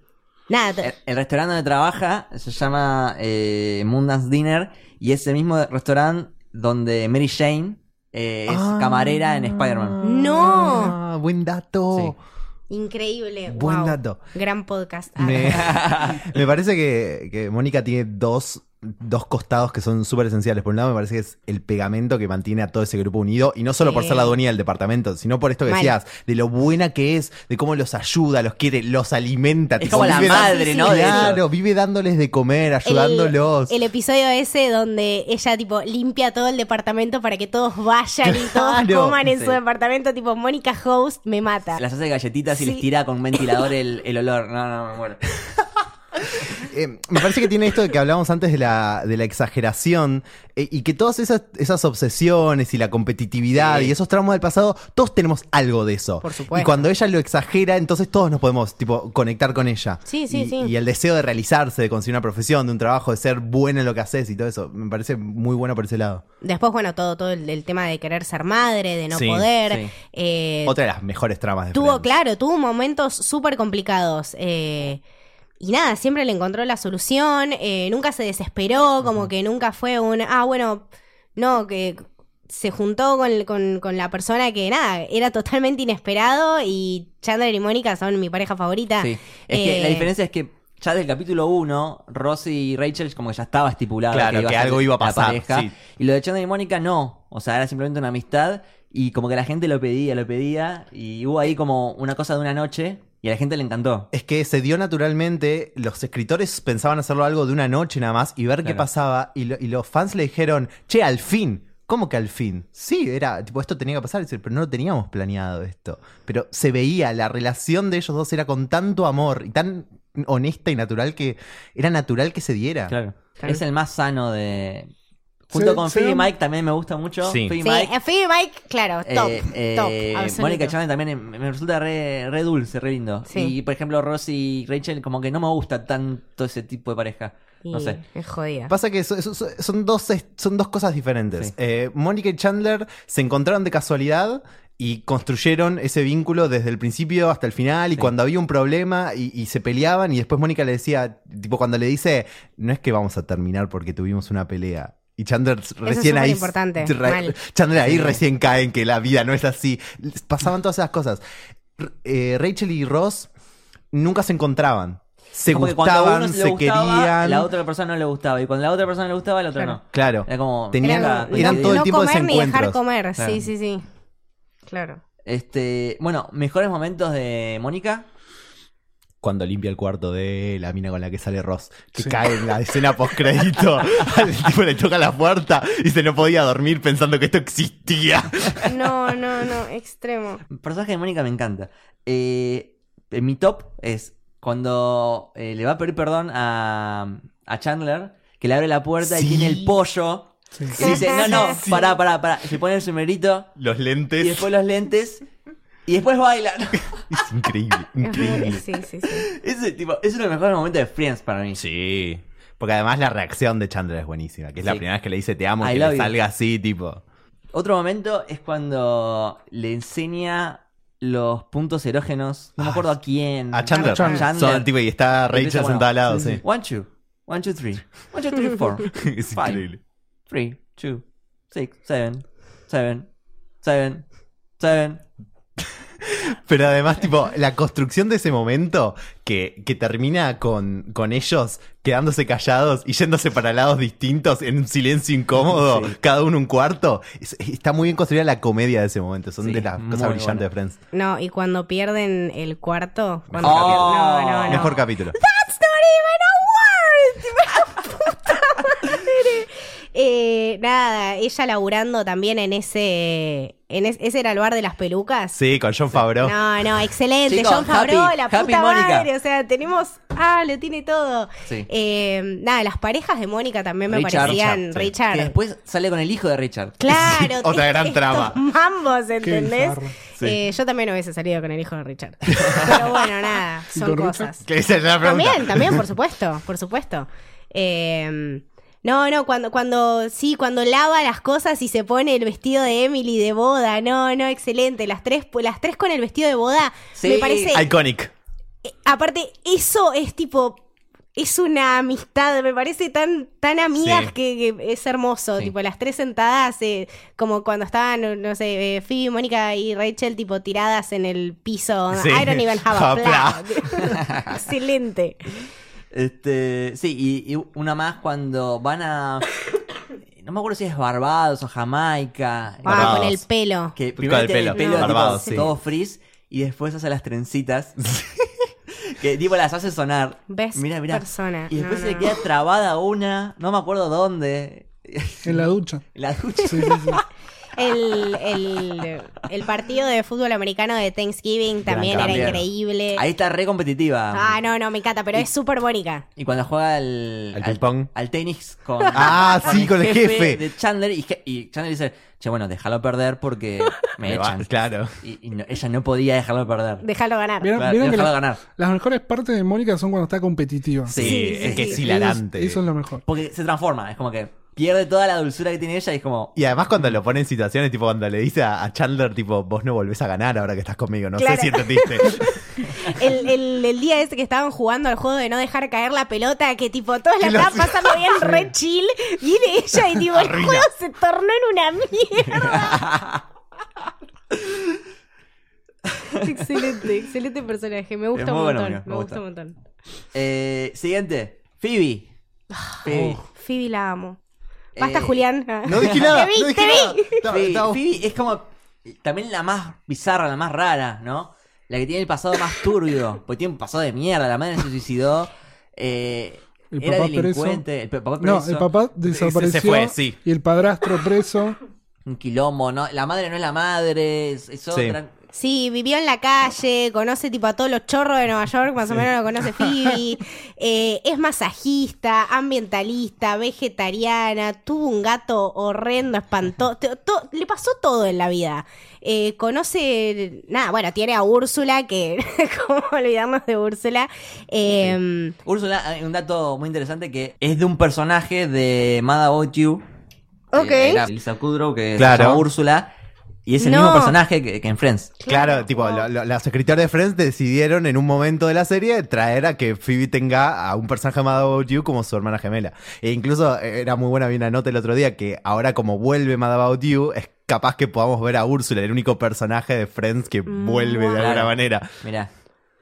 C: nada, t-
B: El, el restaurante donde trabaja se llama eh, Mundan's Dinner y es el mismo restaurante donde Mary Jane eh, es
D: Ah.
B: camarera en
E: Ah.
B: Spider-Man.
C: no,
D: Ah, buen dato.
C: increíble.
D: Buen
C: wow.
D: dato.
C: Gran podcast. Ah.
D: Me, me parece que, que Mónica tiene dos dos costados que son súper esenciales. Por un lado, me parece que es el pegamento que mantiene a todo ese grupo unido, y no solo por
C: Sí.
D: ser la dueña del departamento, sino por esto que
C: Mal.
D: decías, de lo buena que es, de cómo los ayuda, los quiere, los alimenta.
B: Es
D: tipo,
B: como la
D: vive da-
B: madre, ¿no? De
D: Claro, vive dándoles de comer,
C: Ah, El-
D: ayudándolos.
C: El, episodio ese donde ella tipo limpia todo el departamento para que todos vayan y todos
D: Claro.
C: coman en
B: Sí.
C: su departamento, tipo Mónica Host me mata.
B: Las hace galletitas y
C: Sí.
B: les tira con un ventilador el, el olor. No, no, me muero.
D: Eh, me parece que tiene esto de que hablábamos antes de la, de la exageración eh, y que todas esas, esas obsesiones y la competitividad
B: Sí.
D: y esos traumas del pasado, todos tenemos algo de eso.
C: Por supuesto.
D: Y cuando ella lo exagera, entonces todos nos podemos tipo conectar con ella.
C: Sí, sí,
D: y,
C: sí.
D: Y el deseo de realizarse, de conseguir una profesión, de un trabajo, de ser buena en lo que haces y todo eso, me parece muy bueno por ese lado.
C: Después, bueno, todo, todo el, el tema de querer ser madre, de no
D: Sí,
C: poder.
B: sí.
C: eh,
D: Otra de las mejores tramas de
C: tuvo,
D: Friends.
C: claro, tuvo momentos súper complicados. eh, y nada, siempre le encontró la solución, eh, nunca se desesperó, como que nunca fue un, ah, bueno, no, que se juntó con, con- con la persona que nada, era totalmente inesperado y Chandler y Mónica son mi pareja favorita.
B: Sí. Es que la
C: Ah, Eh,
B: diferencia es que ya del capítulo 1, Rosy y Rachel como que ya estaba estipulado
D: Claro, que
B: ser
D: algo iba a
B: la
D: pasar,
B: pareja.
D: sí.
B: Y lo de Chandler y Mónica no. O sea, era simplemente una amistad y como que la gente lo pedía, lo pedía y hubo ahí como una cosa de una noche y a la gente le encantó.
D: Es que se dio naturalmente, los escritores pensaban hacerlo algo de una noche nada más y ver qué
B: Claro.
D: pasaba y, lo- y los fans le dijeron, che, al fin. ¿Cómo que al fin? Sí, era, tipo, esto tenía que pasar, dice, pero no lo teníamos planeado esto. Pero se veía, la relación de ellos dos era con tanto amor y tan honesta y natural que era natural que se diera.
B: Claro.
C: Claro.
B: Es el más sano de... Junto
E: Se-
B: con
E: se
B: Phoebe y
E: dan-
B: Mike también me gusta mucho.
D: Sí.
B: Phoebe y
C: sí,
B: Mike.
C: eh, Phoebe y Mike, claro, top,
B: Eh, eh,
C: top, absoluto.
B: Mónica y Chandler también eh, me resulta re, re dulce, re lindo.
C: Sí.
B: Y por ejemplo, Rosy y Rachel, como que no me gusta tanto ese tipo de pareja. No
C: Y
B: sé.
C: Es jodida.
D: Pasa que so- so- so- son, dos, est- son dos cosas diferentes.
B: Sí.
D: Eh, Mónica y Chandler se encontraron de casualidad y construyeron ese vínculo desde el principio hasta el final. Y
B: Sí.
D: cuando había un problema y, y se peleaban, y después Mónica le decía, tipo, cuando le dice, no es que vamos a terminar porque tuvimos una pelea. Y Chandler recién ahí.
C: superimportante,
D: re-
C: mal.
D: Chandler ahí
B: Sí.
D: recién cae en que la vida no es así. Pasaban todas esas cosas. R- eh, Rachel y Ross nunca se encontraban. Se
B: Como que cuando a uno
D: gustaban,
B: le
D: se
B: gustaba,
D: querían.
B: La otra persona no le gustaba. Y cuando la otra persona le gustaba, la otra
C: Claro.
B: no.
D: Claro.
B: Era como.
D: Tenían-
B: era-
C: no-
D: eran
C: no-
D: todo el
C: no
D: tiempo
C: comer ni dejar
D: desencuentros.
C: comer,
B: Claro.
C: sí, sí, sí. Claro.
B: Este, bueno, mejores momentos de Mónica.
D: cuando limpia el cuarto de la mina con la que sale Ross, que
E: Sí.
D: cae en la escena postcrédito, al tipo le toca la puerta y se no podía dormir pensando que esto existía.
C: No, no, no, extremo.
B: El personaje de Mónica me encanta. Eh, en mi top es cuando eh, le va a pedir perdón a, a Chandler, que le abre la puerta y
D: Sí.
B: tiene el pollo.
E: Sí.
B: Y le dice, no, no,
E: Sí.
B: pará, pará, pará. Se pone el sumerito
D: Los
B: y
D: lentes.
B: después los lentes y después bailan.
D: Es increíble,
C: Es muy-
D: increíble.
C: Sí, sí, sí.
B: Ese tipo, es uno de los mejores momentos de Friends para mí.
D: Sí. Porque además la reacción de Chandler es buenísima, que es la
B: Sí.
D: primera vez que le dice te amo y
B: I
D: que
B: love
D: le
B: you.
D: salga así, tipo.
B: Otro momento es cuando le enseña los puntos erógenos. No me acuerdo a quién.
D: Ah,
B: Ah,
D: A Chandler.
C: A Chandler.
D: Son, tipo, y está Rachel
B: Mm. Empieza, bueno,
D: sentada al lado, sí.
B: One, two. One, two, three. One, two, three, four.
D: Es
B: Fine.
D: increíble.
B: Three, two, six, seven, seven, seven, seven.
D: Pero además, tipo, la construcción de ese momento que, que termina con, con ellos quedándose callados y yéndose para lados distintos en un silencio incómodo,
B: Sí.
D: cada uno un cuarto, es- está muy bien construida la comedia de ese momento. Son
B: Sí,
D: de las
B: muy
D: cosas brillantes
B: buena.
D: de Friends.
C: No, y cuando pierden el cuarto. Cuando
B: Mejor
C: pierden-
B: capítulo.
C: No, no, no.
D: Mejor capítulo.
C: That's not even a word. Puta madre. Eh, nada, ella laburando también en ese. En es- ese era el bar de las pelucas.
D: Sí, con John Favreau.
C: No, no, excelente.
B: Chicos,
C: John Favreau,
B: happy,
C: la
B: happy
C: puta
B: Mónica.
C: madre. O sea, tenemos. Ah, lo tiene todo.
B: Sí.
C: Eh, nada, las parejas de Mónica también me
B: Richard.
C: parecían.
D: Richard, sí.
C: Richard.
B: Que después sale con el hijo de Richard.
C: Claro.
D: Sí, otra
C: es-
D: gran
C: estos
D: trama.
C: Mambos, ¿entendés?
E: bizarro.
D: Sí.
C: Eh, yo también hubiese salido con el hijo de Richard. Pero bueno, nada,
E: ¿Y
C: son
E: con
C: cosas.
D: Que esa es la pregunta.
C: También, también, por supuesto, por supuesto. Eh, no, no, cuando, cuando, sí, cuando lava las cosas y se pone el vestido de Emily de boda. No, no, excelente. Las tres, las tres con el vestido de boda.
B: Sí.
C: Me parece
D: Iconic.
C: eh, aparte, eso es tipo. Es una amistad, me parece tan, tan amigas
D: Sí.
C: que, que es hermoso.
B: Sí.
C: Tipo, las tres sentadas, eh, como cuando estaban, no- no sé, eh, Phoebe, Mónica y Rachel, tipo, tiradas en el piso.
D: Sí.
C: I don't even have a
D: Hapla.
C: plan. Excelente.
B: Este, sí, y, y una más cuando van a. No me acuerdo si es Barbados o Jamaica.
C: Ah,
D: Barbados.
C: con el pelo.
B: Que
D: Con el
B: primero tiene el
D: pelo,
B: pelo, tipo,
D: Barbados, sí.
B: todo frizz y después hace las trencitas. que tipo las hace sonar.
C: ¿Ves?
B: Mira, mira.
C: Persona.
B: Y después
C: No,
B: se
C: no.
B: queda trabada una, no me acuerdo dónde.
E: En la ducha.
B: La ducha.
E: Sí, sí, sí.
C: El, el, el partido de fútbol americano de Thanksgiving también
B: Gran
C: era
B: cambio.
C: increíble.
B: Ahí está re competitiva.
C: Ah, no, no, me encanta, pero es súper bonita.
B: Y cuando juega al,
D: Al ping-pong.
B: al tenis con,
D: Ah, sí, con el jefe.
B: de Chandler y, je- y Chandler dice, che, bueno, déjalo perder porque me
D: Me va-
B: echan.
D: claro.
B: Y, y no- ella no podía dejarlo perder.
C: Déjalo ganar.
E: Vieron-
B: Claro,
E: vieron que
B: déjalo
E: la-
B: ganar.
E: las mejores partes de Mónica son cuando está competitiva.
D: Sí,
C: Sí,
D: es
C: sí,
D: que
C: sí.
D: es
E: Eso-
D: hilarante.
E: Eso, es lo mejor.
B: Porque se transforma, es como que pierde toda la dulzura que tiene ella y es como...
D: Y además cuando lo pone en situaciones, tipo cuando le dice a a Chandler, tipo, vos no volvés a ganar ahora que estás conmigo, no
C: Claro.
D: sé si entendiste.
C: El, el, el día ese que estaban jugando al juego de no dejar caer la pelota, que tipo todos la
D: Que lo-
C: estaban pasando bien re chill, viene ella y tipo el
D: Arruina.
C: juego se tornó en una mierda. excelente, excelente personaje. Me gusta
B: Es muy
C: un
B: bueno,
C: montón.
B: mira,
C: me
B: me
C: gusta un
B: gusta.
C: montón.
B: Eh, siguiente, Phoebe.
E: Ah,
B: Phoebe.
C: Phoebe la amo. Basta,
B: Eh,
C: Julián.
D: No dije
C: Te
D: nada.
C: vi,
D: no dije
C: te
D: nada.
C: vi.
D: Estaba-
B: Phoebe,
D: estaba-
B: Phoebe es como también la más bizarra, la más rara, ¿no? La que tiene el pasado más turbio, porque tiene un pasado de mierda, la madre se suicidó, eh,
E: El
B: era
E: papá preso.
B: delincuente, el pa- papá
E: No,
B: preso,
E: el papá
D: se- se
E: desapareció.
D: fue, sí.
E: Y el padrastro preso.
B: un quilombo, ¿no? La madre no es la madre, es, es otra.
C: Sí, vivió en la calle, conoce tipo a todos los chorros de Nueva York, más o menos lo conoce Phoebe. Eh, es masajista, ambientalista, vegetariana, tuvo un gato horrendo, espantoso. te- to- le pasó todo en la vida. Eh, conoce, nada, bueno, tiene a Úrsula, que cómo olvidarnos de Úrsula. Eh,
B: Úrsula, hay un dato muy interesante que es de un personaje de Mad About You. que
C: Ok.
B: Era Lisa Kudrow, que
D: Claro.
B: se llama Úrsula. Y es el
C: No.
B: mismo personaje que, que en Friends.
D: Claro, tipo, lo- lo- los escritores de Friends decidieron en un momento de la serie traer a que Phoebe tenga a un personaje llamado About You como su hermana gemela. E incluso eh, era muy buena, vi una nota el otro día que ahora como vuelve Mad About You, es capaz que podamos ver a Úrsula, el único personaje de Friends que vuelve de alguna
B: Claro.
D: manera.
B: Mirá.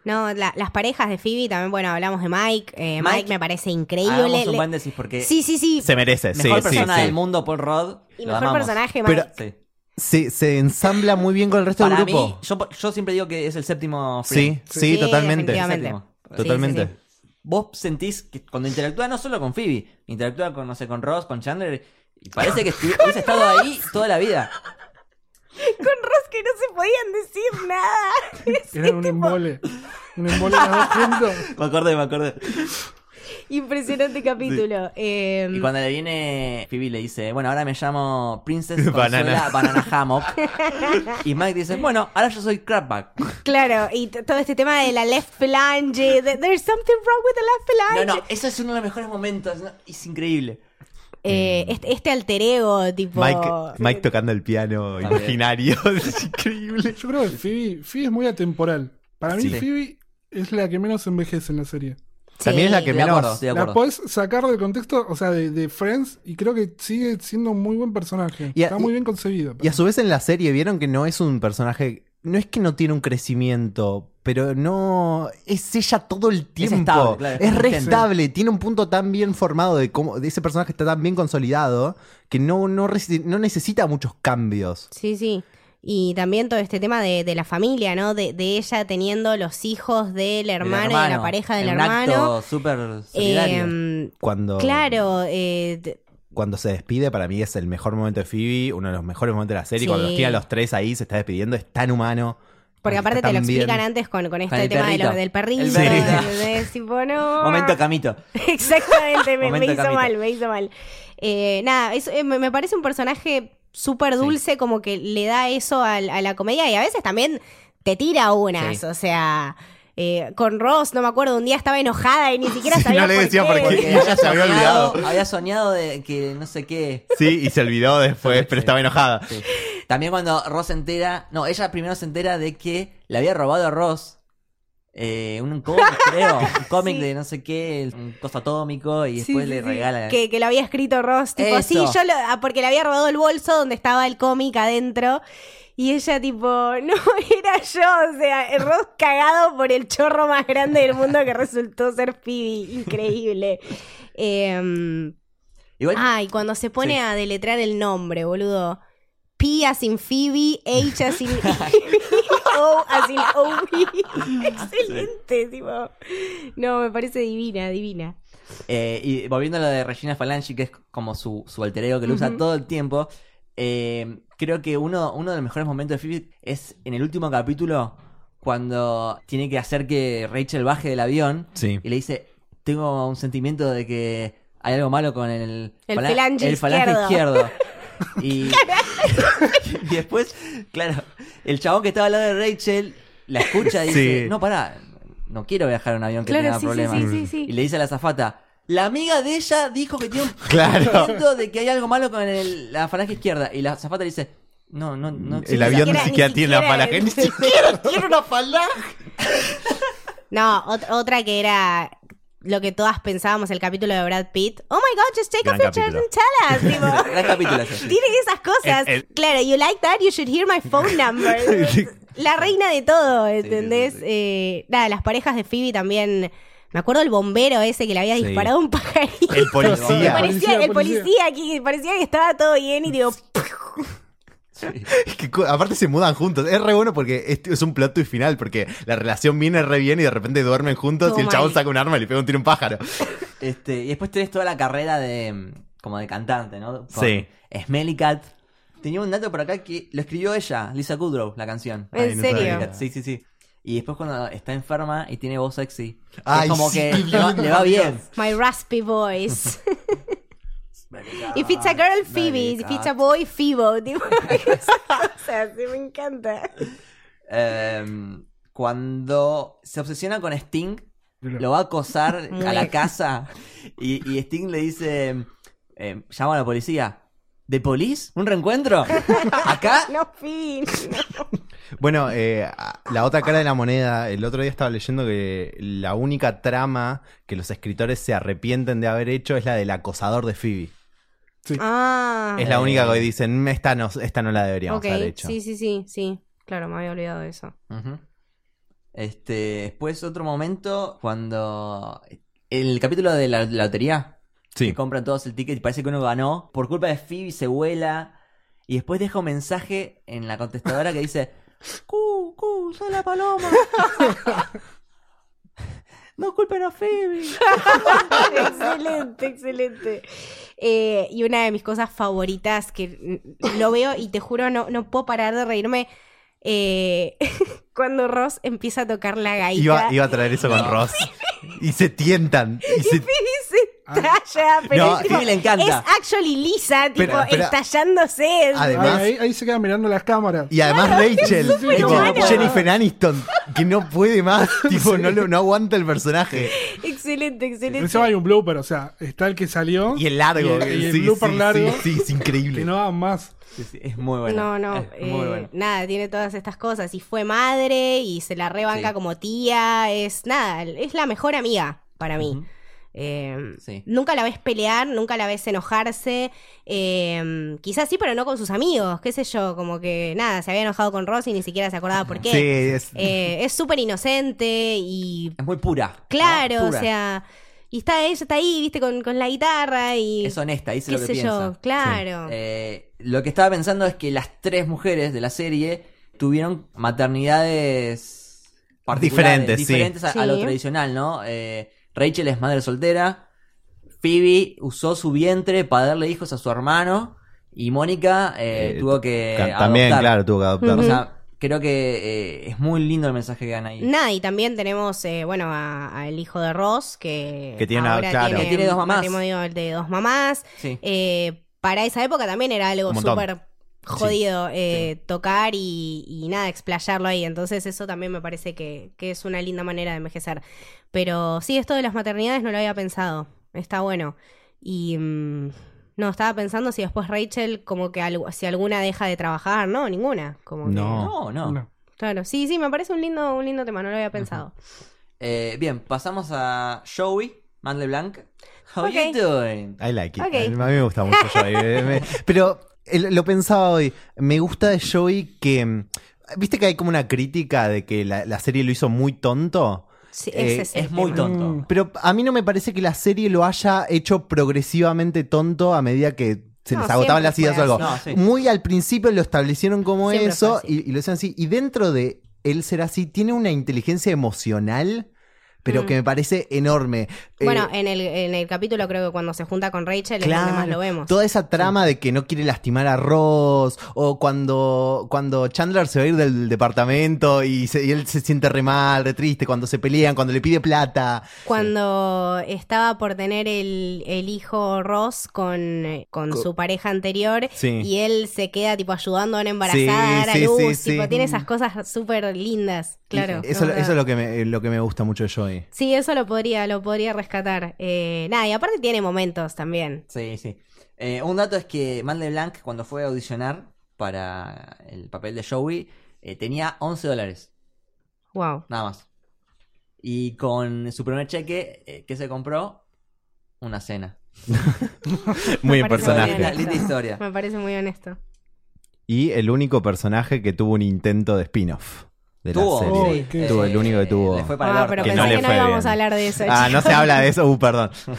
C: no, la- las parejas de Phoebe también, bueno, hablamos de Mike. eh, Mike,
B: Mike,
C: me parece
B: Hagamos
C: increíble.
B: un
C: Le-
B: paréntesis porque
C: Sí, sí, sí.
D: Se merece, sí,
B: mejor
D: sí,
B: persona
D: sí.
B: del mundo, Paul Rod.
C: y
B: lo
C: mejor
B: amamos.
C: personaje, Mike.
D: Pero-
B: Sí.
D: Se, se ensambla muy bien con el resto
B: Para
D: del grupo.
B: mí, yo, yo siempre digo que es el séptimo
D: sí,
B: Friends.
D: sí,
C: Sí,
D: totalmente.
C: efectivamente. Sí,
D: Totalmente.
C: sí, sí.
B: Vos sentís que cuando interactúa no solo con Phoebe, interactúa con, no sé, con Ross, con Chandler, y parece que estu- hubiese estado ahí toda la vida.
C: con Ross que no se podían decir nada.
E: Era un embole. Un embole las dos juntos.
B: Me acordé, me acordé.
C: Impresionante capítulo. Eh,
B: Y cuando le viene Phoebe le dice, bueno, ahora me llamo Princess Consuela
D: Banana.
B: Banana Hammock. y Mike dice, bueno, ahora yo soy Crabback.
C: Claro, y t- todo este tema de la left phalange, de- there's something wrong with the left
B: No,
C: phalange.
B: no, eso es uno de los mejores momentos. ¿no? Es increíble.
C: Eh, este, este alter ego, tipo...
D: Mike, Mike tocando el piano
B: También.
D: imaginario, es increíble.
E: Yo creo que Phoebe, Phoebe es muy atemporal. Para mí,
B: Sí.
E: Phoebe es la que menos envejece en la serie.
C: Sí.
D: También es la que
B: Estoy de acuerdo,
D: menos
B: estoy de
E: La
B: acuerdo.
E: puedes sacar del contexto, o sea, de, de Friends, y creo que sigue siendo un muy buen personaje.
D: Y a-
E: Está muy bien concebido.
D: Y a su vez en la serie vieron que no es un personaje, no es que no tiene un crecimiento, pero no es ella todo el tiempo.
B: estable, claro, es
D: Es re
B: consistente.
D: estable, tiene un punto tan bien formado de cómo de ese personaje está tan bien consolidado que no no, resi- no necesita muchos cambios.
C: Sí, sí. Y también todo este tema de, de la familia, ¿no? De, de ella teniendo los hijos del hermano,
B: Del
C: y de la pareja del
B: en Un
C: hermano.
B: acto súper solidario.
C: Eh,
D: Cuando
C: claro, eh, t-
D: cuando se despide para mí es el mejor momento de Phoebe, uno de los mejores momentos de la serie,
C: Sí.
D: cuando los tiene a los tres ahí se está despidiendo, es tan humano.
C: porque
D: está
C: aparte te lo
D: tan bien.
C: explican antes con, con este
B: el
C: tema de lo-
B: perrito.
C: del perrito.
B: El perrito.
C: ¿entendés? Tipo, no.
B: Momento Camito.
C: Exactamente, me, me
B: Momento
C: hizo
B: Camila.
C: mal, me hizo mal. Eh, nada, es- eh, me, me parece un personaje súper dulce, como que le da eso al- a, la comedia y a veces también te tira unas,
B: Sí.
C: o sea... eh, con Ross, no me acuerdo, un día estaba enojada y ni siquiera
D: Sí,
C: sabía
D: no le decía por qué.
B: Porque
D: Ya se había
B: soñado-
D: olvidado.
B: Había soñado de que no sé qué.
D: Sí, y se olvidó después,
B: Sí.
D: pero estaba enojada.
B: Sí. También cuando Ross se entera. No, ella primero se entera de que le había robado a Ross. eh, un cómic, creo. Un cómic
C: Sí.
B: de no sé qué, un costo atómico. Y
C: Sí,
B: después
C: sí,
B: le
C: sí.
B: regala.
C: Que, que lo había escrito Ross, tipo,
B: Eso.
C: sí, yo lo- ah, porque le había robado el bolso donde estaba el cómic adentro. Y ella tipo, no era yo, o sea, el Ross cagado por el chorro más grande del mundo que resultó ser Phoebe, increíble. Em,
B: Igual,
C: Ah, y cuando se pone
B: Sí.
C: a deletrear el nombre, boludo. P as in Phoebe, H as in Phoebe, O as in Obi. Excelente, tipo. No, me parece divina, divina.
B: eh, y volviendo a lo de Regina Falangi, que es como su, su alter ego que lo usa
C: Ujú.
B: todo el tiempo, eh, creo que uno, uno de los mejores momentos de Phoebe es en el último capítulo, cuando tiene que hacer que Rachel baje del avión
D: Sí.
B: y le dice, tengo un sentimiento de que hay algo malo con el,
C: El
B: falan-
C: falange
B: el falange
C: izquierdo".
B: izquierdo. Y, y después, claro, el chabón que estaba al lado de Rachel la escucha y dice,
D: Sí.
B: no, pará, no quiero viajar en un avión que
C: Claro,
B: tenga
C: sí, sí,
B: problemas.
C: sí, sí, sí.
B: Y le dice a la zafata, la amiga de ella dijo que tiene un
D: Claro.
B: sentimiento de que hay algo malo con el- la falange izquierda. Y la zafata le dice, no, no, no.
D: el
B: existe".
D: avión ni
C: siquiera-
D: siquiera
C: ni
D: tiene la
C: siquiera
D: falange.
C: el-
D: Ni siquiera tiene una falange.
C: No, ot- otra que era lo que todas pensábamos, el capítulo de Brad Pitt. Oh my god, just take off
D: Gran
C: your shirt and
D: capítulo.
C: tell us. Tipo,
B: Gran capítulo ese.
C: tiene esas cosas.
D: El- el-
C: Claro, you like that, you should hear my phone number. La reina de todo, ¿entendés?
B: sí, sí.
C: Eh, nada, las parejas de Phoebe también. Me acuerdo el bombero ese que le había
D: Sí.
C: disparado un pajarito.
D: El
C: Que
D: policía.
C: parecía, el
E: Policía,
C: policía que parecía que estaba todo bien y digo,
D: Es que cu- aparte se mudan juntos. Es re bueno porque es, es un plot twist final. Porque la relación viene re bien y de repente duermen juntos
C: Todo
D: y el chabón
C: mal.
D: saca un arma y le pega un tiro a un pájaro.
B: Este, y después tenés toda la carrera de mm, como de cantante, ¿no? Con
D: Sí.
B: Smelly Cat. Tenía un dato por acá que lo escribió ella, Lisa Kudrow, la canción.
C: ¿en
D: Ay, no
C: serio?
D: sabía.
B: Sí, sí, sí. Y después cuando está enferma y tiene voz sexy,
D: Ay,
B: es como
D: sí,
B: que le va, le va bien.
C: My raspy voice. If it's a girl, Phoebe. If it's a boy, Phoebo. Tipo, esas cosas, sí, me encanta.
B: Em, cuando se obsesiona con Sting,
E: Pero-
B: lo va a acosar a la casa y, y Sting le dice, em, llama a la policía. ¿De police? ¿Un reencuentro? ¿Acá?
C: No, Phoebe. no.
D: Bueno, eh, a- la otra cara de la moneda, el otro día estaba leyendo que la única trama que los escritores se arrepienten de haber hecho es la del acosador de Phoebe.
C: Ah.
D: Es la
B: Eh.
D: única que dicen, "Mm, esta no, esta no la deberíamos
C: Ok,
D: haber hecho.
C: sí, sí, sí, sí. Claro, me había olvidado de eso.
B: Ujú. Este, después otro momento cuando el capítulo de la, la lotería
D: Sí.
B: que compran todos el ticket y parece que uno ganó por culpa de Phoebe se vuela y después deja un mensaje en la contestadora que dice "Cu, cu, soy la paloma." No culpen a Phoebe.
C: excelente, excelente. Eh, y una de mis cosas favoritas que mm, lo veo y te juro, no, no puedo parar de reírme. eh, cuando Ross empieza a tocar la gaita.
D: Iba, iba a traer eso con Ross. Y se tientan. Y se-
C: Y se estalla, pero
D: Ah. No,
C: es, tipo,
B: Phoebe le encanta.
C: es actually Lisa, tipo,
D: Pero, pero-
C: estallándose.
D: Además-
E: Ah, ahí, ahí se queda mirando las cámaras.
D: Y además Rachel, tipo,
B: humano.
D: Jennifer Aniston, que no puede más, tipo, no, lo- no aguanta el personaje.
C: Excelente,
E: Encima hay
C: excelente.
E: un blooper, o sea, está el que salió.
D: Y el largo,
E: Y el, y el
D: sí,
E: blooper
D: sí,
E: largo.
D: sí, sí, es increíble.
E: Que no dan más.
B: Sí, sí, es muy bueno.
C: No, no,
B: es muy
C: eh,
B: bueno.
C: nada, tiene todas estas cosas. Y fue madre y se la rebanca
B: Sí.
C: como tía. Es nada, es la mejor amiga para mí.
B: Ujú.
C: Eh,
B: Sí.
C: Nunca la ves pelear, nunca la ves enojarse. eh, quizás sí, pero no con sus amigos, qué sé yo. Como que nada, se había enojado con Ross y ni siquiera se acordaba por qué.
D: Sí, es-
C: Eh, es súper inocente y
B: Es muy pura. ¿no?
C: claro, o
B: Pura.
C: sea, y está ella está ahí, viste, con, con la guitarra y
B: es honesta, dice
C: qué
B: lo que
C: sé
B: piensa.
C: yo, claro.
B: Eh, lo que estaba pensando es que las tres mujeres de la serie tuvieron maternidades particulares,
D: Diferentes, sí.
B: diferentes a, a
C: Sí.
B: lo tradicional, ¿no? Eh, Rachel es madre soltera, Phoebe usó su vientre para darle hijos a su hermano y Mónica eh,
D: Eh,
B: tuvo que
D: Ca- También,
B: adoptar.
D: claro, tuvo que adoptar.
B: O sea, creo que eh, es muy lindo el mensaje que dan ahí.
C: Nada, y también tenemos, eh, bueno, a- al hijo de Ross, que,
D: Que tiene una-
C: ahora
D: claro.
B: Que tiene dos mamás.
C: matrimonio de dos mamás.
B: Sí.
C: Eh, para esa época también era algo
D: Un montón.
C: súper jodido eh, tocar y, y nada, explayarlo ahí. Entonces eso también me parece que, que es una linda manera de envejecer. Pero sí, esto de las maternidades no lo había pensado. Está bueno. Y mm, no, estaba pensando si después Rachel, como que algo, si alguna deja de trabajar. No, ninguna. Como que-
D: No.
B: No, no.
E: No.
C: Claro, sí, sí, me parece un lindo, un lindo tema, no lo había pensado.
B: Eh, bien, pasamos a Joey, Mandle Blanc. How
C: Ok.
B: you doing?
D: I like it.
C: Ok.
D: A mí eh, me gusta mucho Joey. Me- me- Pero el- lo pensaba hoy. Me gusta de Joey que. mm, ¿Viste que hay como una crítica de que la, la serie lo hizo muy tonto?
C: Sí,
D: Eh,
C: ese es, el
B: Es muy
C: tema.
E: Mm.
B: tonto.
D: Pero a mí no me parece que la serie lo haya hecho progresivamente tonto a medida que se
C: No,
D: les
C: siempre
D: agotaban las ideas o
C: fue
D: algo.
B: No, sí.
D: Muy al principio lo establecieron como
C: Siempre
D: eso
C: fue así.
D: y, y lo decían así. Y dentro de él ser así, tiene una inteligencia emocional, pero
C: Mm.
D: que me parece enorme. Eh,
C: Bueno, en el, en el capítulo creo que cuando se junta con Rachel es donde más
D: Claro,
C: lo vemos.
D: Toda esa trama de que no quiere lastimar a Ross, o cuando, cuando Chandler se va a ir del departamento y, se- y él se siente re mal, re triste, cuando se pelean, cuando le pide plata.
C: Cuando estaba por tener el, el hijo Ross con, con
D: Co-
C: su pareja anterior
D: Sí.
C: y él se queda tipo ayudando a una
D: Sí,
C: embarazada a dar a
D: sí,
C: luz,
D: sí,
C: tipo,
D: sí.
C: tiene esas cosas súper lindas, claro.
D: Y Eso,
C: ¿no?
D: eso es lo que, me, lo que me gusta mucho de Joey.
C: Sí, eso lo podría, lo podría rescatar. Eh, nada, y aparte tiene momentos también.
B: Sí, sí. Eh, un dato es que Matt LeBlanc, cuando fue a audicionar para el papel de Joey, eh, tenía 11 dólares,
C: Wow.
B: nada más. Y con su primer cheque, eh, ¿qué se compró? Una cena.
D: Muy
C: parece
D: en personaje.
C: muy
B: Linda,
C: honesto.
B: linda historia.
C: Me parece muy honesto.
D: Y el único personaje que tuvo un intento de spin-off de
B: Tuvo,
D: la serie.
E: Uy,
B: sí,
E: qué-
D: Tuvo, el único que tuvo.
B: le fue para el
C: Ah,
B: orto.
C: pero
D: Que
C: pensé
D: no le
C: que no
D: fue
C: íbamos
D: bien.
C: a hablar de eso.
D: Ah, no se habla de eso. Uh, perdón.
C: chicos.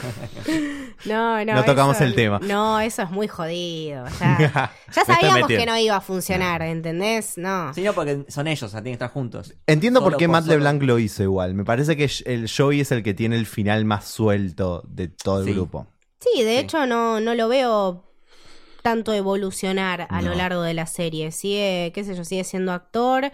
C: no, no,
D: no tocamos
C: eso-
D: el tema.
C: No, eso es muy jodido. Ya,
D: Me
C: ya
D: estoy
C: sabíamos
D: metiendo.
C: que no iba a funcionar, ¿entendés? No. Eh.
B: Sí, no, porque son ellos, o sea, tienen que estar juntos.
D: Entiendo
B: Solo
D: por qué
B: por
D: Matt
B: solo.
D: LeBlanc lo hizo igual. Me parece que el Joey es el que tiene el final más suelto de todo el
B: Sí.
D: grupo.
C: Sí,
B: Sí.
C: de hecho no, no lo veo tanto evolucionar a
D: No.
C: lo largo de la serie. Sigue, qué sé yo, sigue siendo actor.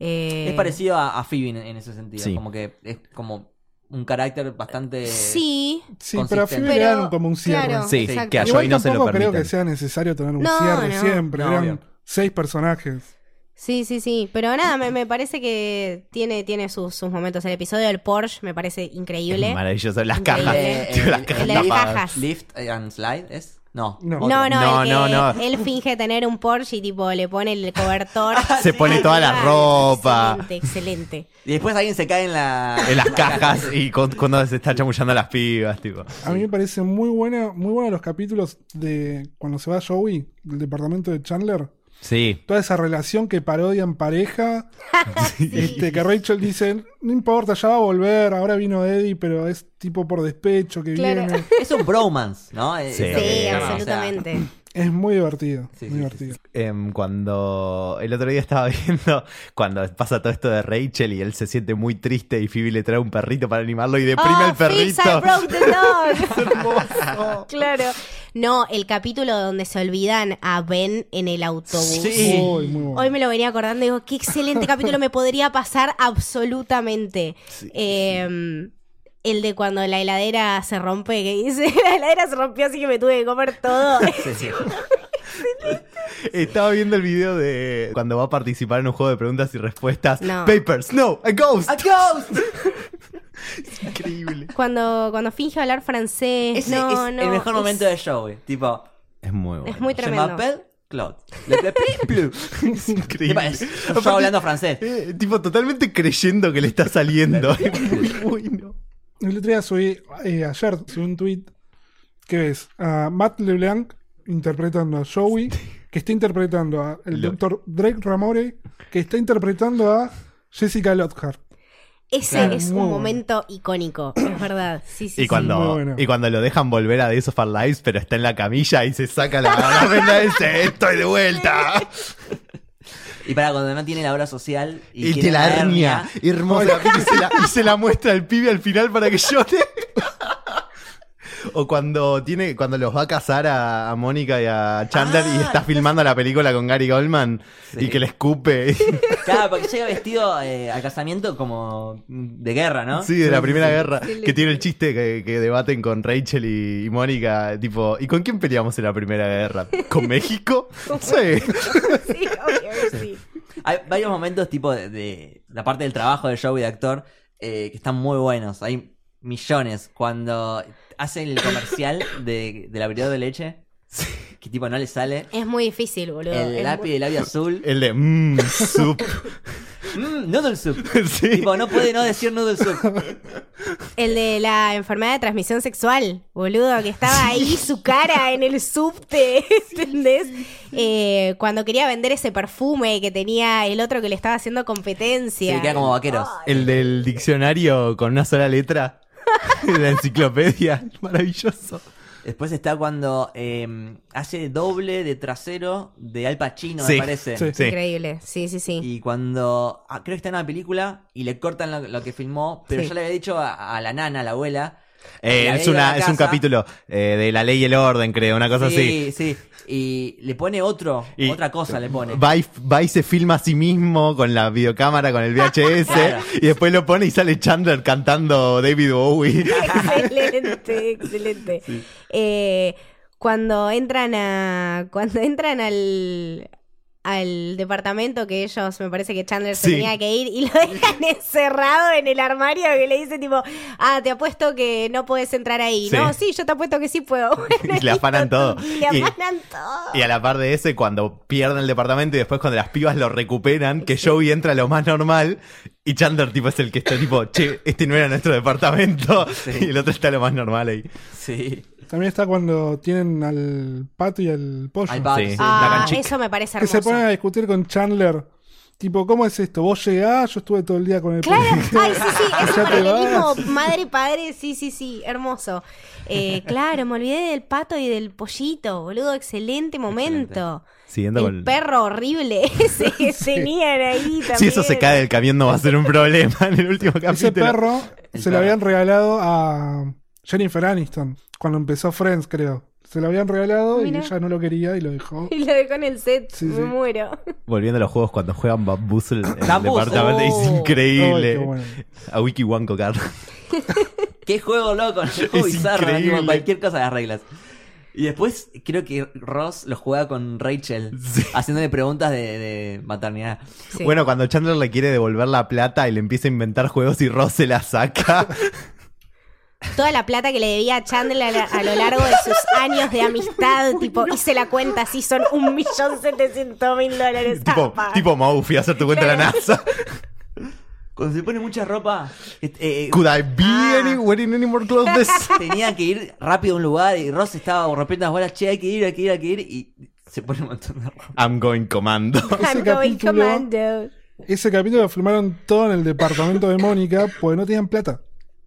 C: eh,
B: Es parecido a, a Phoebe en, en ese sentido.
D: Sí.
B: Como que es como un carácter bastante.
C: Sí.
E: Sí, pero a Phoebe
B: Consistente.
E: le
C: Pero,
E: dan como un cierre.
C: claro,
D: Sí,
B: Exacto.
D: que a
E: Igual
D: Joey no se lo
E: tampoco creo
D: permiten.
E: que sea necesario tener un
C: No,
E: cierre
C: no.
E: siempre.
B: No,
E: Eran
B: obvio.
E: seis personajes.
C: Sí, sí, sí. Pero nada, me, me parece que tiene, tiene sus, sus momentos. El episodio del Porsche me parece increíble.
D: Es maravilloso. Las
C: Increíble.
D: cajas.
B: Eh,
D: Tío,
B: el-
D: las
B: el-
D: cajas
C: el de
D: tapadas.
C: cajas.
B: Lift and Slide, ¿es? No.
E: No.
B: otro.
C: No, no,
D: No,
C: el que
D: no, no.
C: él finge tener un Porsche y tipo le pone el cobertor.
D: Se pone toda la ropa.
C: Excelente, excelente.
B: Y después alguien se cae en la.
D: En las cajas y con- cuando se está chamullando a las pibas, tipo.
E: A mí me parecen muy buena, muy buenos los capítulos de cuando se va Joey del departamento de Chandler.
D: Sí.
E: Toda esa relación que parodian pareja. este, que Rachel dice, no importa, ya va a volver, ahora vino Eddie, pero es tipo por despecho que
C: Claro.
E: viene.
B: Es un bromance, ¿no? Es-
D: Sí.
B: es lo
C: Sí,
B: que se llama, o sea,
C: absolutamente.
E: Es muy divertido.
B: Sí, sí,
E: muy
B: sí,
E: divertido.
D: Em, cuando el otro día estaba viendo cuando pasa todo esto de Rachel y él se siente muy triste y Phoebe le trae un perrito para animarlo y deprime
B: Ah,
C: Oh,
D: al
C: Fix,
D: perrito.
C: I broke the dog. claro. No, el capítulo donde se olvidan a Ben en el autobús.
B: Sí.
E: Muy, muy bueno.
C: Hoy me lo venía acordando y digo, qué excelente capítulo me podría pasar absolutamente. Eh, El de cuando la heladera se rompe, que dice, la heladera se rompió así que me tuve que comer todo.
B: Sí, sí.
D: Estaba viendo el video de cuando va a participar en un juego de preguntas y respuestas.
C: No.
D: Papers, no, a ghost.
B: A ghost.
D: Increíble.
C: Cuando, cuando finge hablar francés.
B: Ese
C: no,
B: es
C: no.
B: el mejor
C: es-
B: momento de Joey. Tipo,
D: Es muy bueno.
C: Es muy
B: je
C: tremendo.
B: m'appelle Claude. Le pepin bleu.
D: Es
B: Tipo,
D: increíble.
B: es-
D: Aparte,
B: Yo hablando francés.
D: eh, tipo, totalmente creyendo que le está saliendo. Es muy bueno.
E: El otro día subí, eh, ayer subí un tweet que ves a Matt LeBlanc interpretando a Joey, que está interpretando a el
D: Lo-
E: doctor Drake Ramore, que está interpretando a Jessica Lockhart.
C: Ese
B: Claro.
C: es
E: Muy
C: un
E: bueno.
C: momento icónico, es verdad. Sí, sí,
D: Y
C: sí.
E: muy
D: cuando,
E: bueno.
D: y cuando lo dejan volver a Days of Our Lives, pero está en la camilla y se saca la, la venda y dice, estoy de vuelta.
B: Y para cuando no tiene la obra social.
D: Y,
B: tiene
D: tiene la hernia, hermosa. Y se la, y se la muestra al pibe al final para que llore. O cuando tiene, cuando los va a casar a, a Mónica y a Chandler
B: Ah,
D: y está filmando la película con Gary Goldman
B: Sí.
D: y que le escupe.
B: Claro, porque llega vestido eh, al casamiento como de guerra, ¿no?
D: Ah. Sí, de la Primera Guerra.
C: Sí,
D: Que tiene el chiste que, que debaten con Rachel y, y Mónica. Tipo, ¿y con quién peleamos en la Primera Guerra? ¿Con México? Sí.
C: Sí, obvio que sí.
B: Hay varios momentos tipo de, de la parte del trabajo de Joey de actor eh, que están muy buenos. Hay millones. Cuando hacen el comercial de, del abridor de leche, que tipo no le sale.
C: Es muy difícil, boludo.
B: El
C: Es
B: lápiz
C: muy-
D: "Mm,
B: de labio azul.
D: El de mmm, soup.
C: Eh.
B: Mmm, noodle soup.
D: Sí.
B: Tipo, no puede no decir noodle soup.
C: El de la enfermedad de transmisión sexual, boludo, que estaba ahí su cara en el subte, ¿entendés? Eh, cuando quería vender ese perfume que tenía el otro que le estaba haciendo
B: Se
C: competencia.
B: queda como vaqueros.
C: Ah.
D: El del diccionario con una sola letra. De la enciclopedia. Maravilloso.
B: Después está cuando eh, hace doble de trasero de Al Pacino,
D: Sí,
B: me parece.
E: sí.
C: Increíble, sí, sí, sí.
B: Y cuando. ah, creo que está en una película y le cortan lo, lo que filmó, pero
C: Sí.
B: yo le había dicho a, a la nana, a la abuela.
D: Eh,
B: que había
D: es,
B: ido a
D: una,
B: la
D: es un
B: casa.
D: capítulo eh, de la ley y el orden, creo, una cosa así.
B: Sí, sí. Y le pone otro,
D: Y-
B: otra cosa le pone.
D: Va y, va y se filma a sí mismo con la videocámara, con el VHS,
B: Claro.
D: y después lo pone y sale Chandler cantando David Bowie.
C: excelente, excelente. Eh, cuando entran a. Cuando entran al. Al departamento que ellos, me parece que Chandler se
D: Sí.
C: tenía que ir y lo dejan encerrado en el armario que le dice tipo, ah, te apuesto que no puedes entrar ahí.
D: Sí.
C: No, sí, yo te apuesto que sí puedo.
D: Y le afanan todo.
C: Y le
D: Y-
C: afanan todo.
D: Y a la par de ese, cuando pierden el departamento y después cuando las pibas lo recuperan, que Joey entra a lo más normal y Chandler tipo es el que está tipo, che, este no era nuestro departamento y el otro está a lo más normal ahí.
B: Sí.
E: También está cuando tienen al pato y al pollo.
B: Al pato,
D: Sí.
B: sí.
D: Ah, la
C: Ah,
D: canchica.
C: eso me parece
E: que
C: hermoso.
E: se ponen a discutir con Chandler. Tipo, ¿cómo es esto? Vos llegás, yo estuve todo el día con el
C: Claro,
E: pollo.
C: ay, sí, sí, es un
E: Ya te
C: paralelismo
E: vas.
C: madre, padre, sí, sí, sí, hermoso. Eh, claro, me olvidé del pato y del pollito, boludo, excelente momento.
D: Siguiendo
C: El
D: con...
C: perro horrible ese que tenían ahí también.
D: Si eso se cae del camión no va a ser un problema en el último capítulo.
E: Ese perro
B: El
E: se
B: perro.
E: lo habían regalado a Jennifer Aniston cuando empezó Friends, creo. Se lo habían regalado
C: Mira.
E: y ella no lo quería y lo dejó.
C: Y lo dejó en el set,
E: Sí,
C: me
E: sí.
C: muero.
D: Volviendo a los juegos, cuando juegan Bamboozle en el
B: Bamboozle.
D: departamento es
B: Oh.
E: Ay,
D: increíble.
E: qué bueno.
D: A Wiki Wanko Car.
B: Qué juego loco, qué juego
D: Es
B: bizarro,
D: increíble.
B: tipo, cualquier cosa de las reglas. Y después creo que Ross lo juega con Rachel,
D: Sí.
B: haciéndole preguntas de, de maternidad.
C: Sí.
D: Bueno, cuando Chandler le quiere devolver la plata y le empieza a inventar juegos y Ross se la saca.
C: Toda la plata que le debía a Chandler a, la- a lo largo de sus años de amistad, tipo, hice la cuenta, así son un millón setecientos mil dólares. Ah,
D: tipo,
C: Apa.
D: tipo Maufi, hacer tu cuenta de la
C: Claro.
D: NASA.
B: Cuando se pone mucha ropa, este, eh,
D: Could I be
C: Ah.
D: anywhere in any more clothes?
B: tenía que ir rápido a un lugar y Ross estaba rompiendo las bolas, che, hay que ir, hay que ir, hay que ir, y se pone un montón de ropa.
D: I'm going commando.
C: I'm
E: Ese
C: going
E: capítulo-
C: commando.
E: Ese capítulo lo filmaron todo en el departamento de Mónica porque no tenían plata.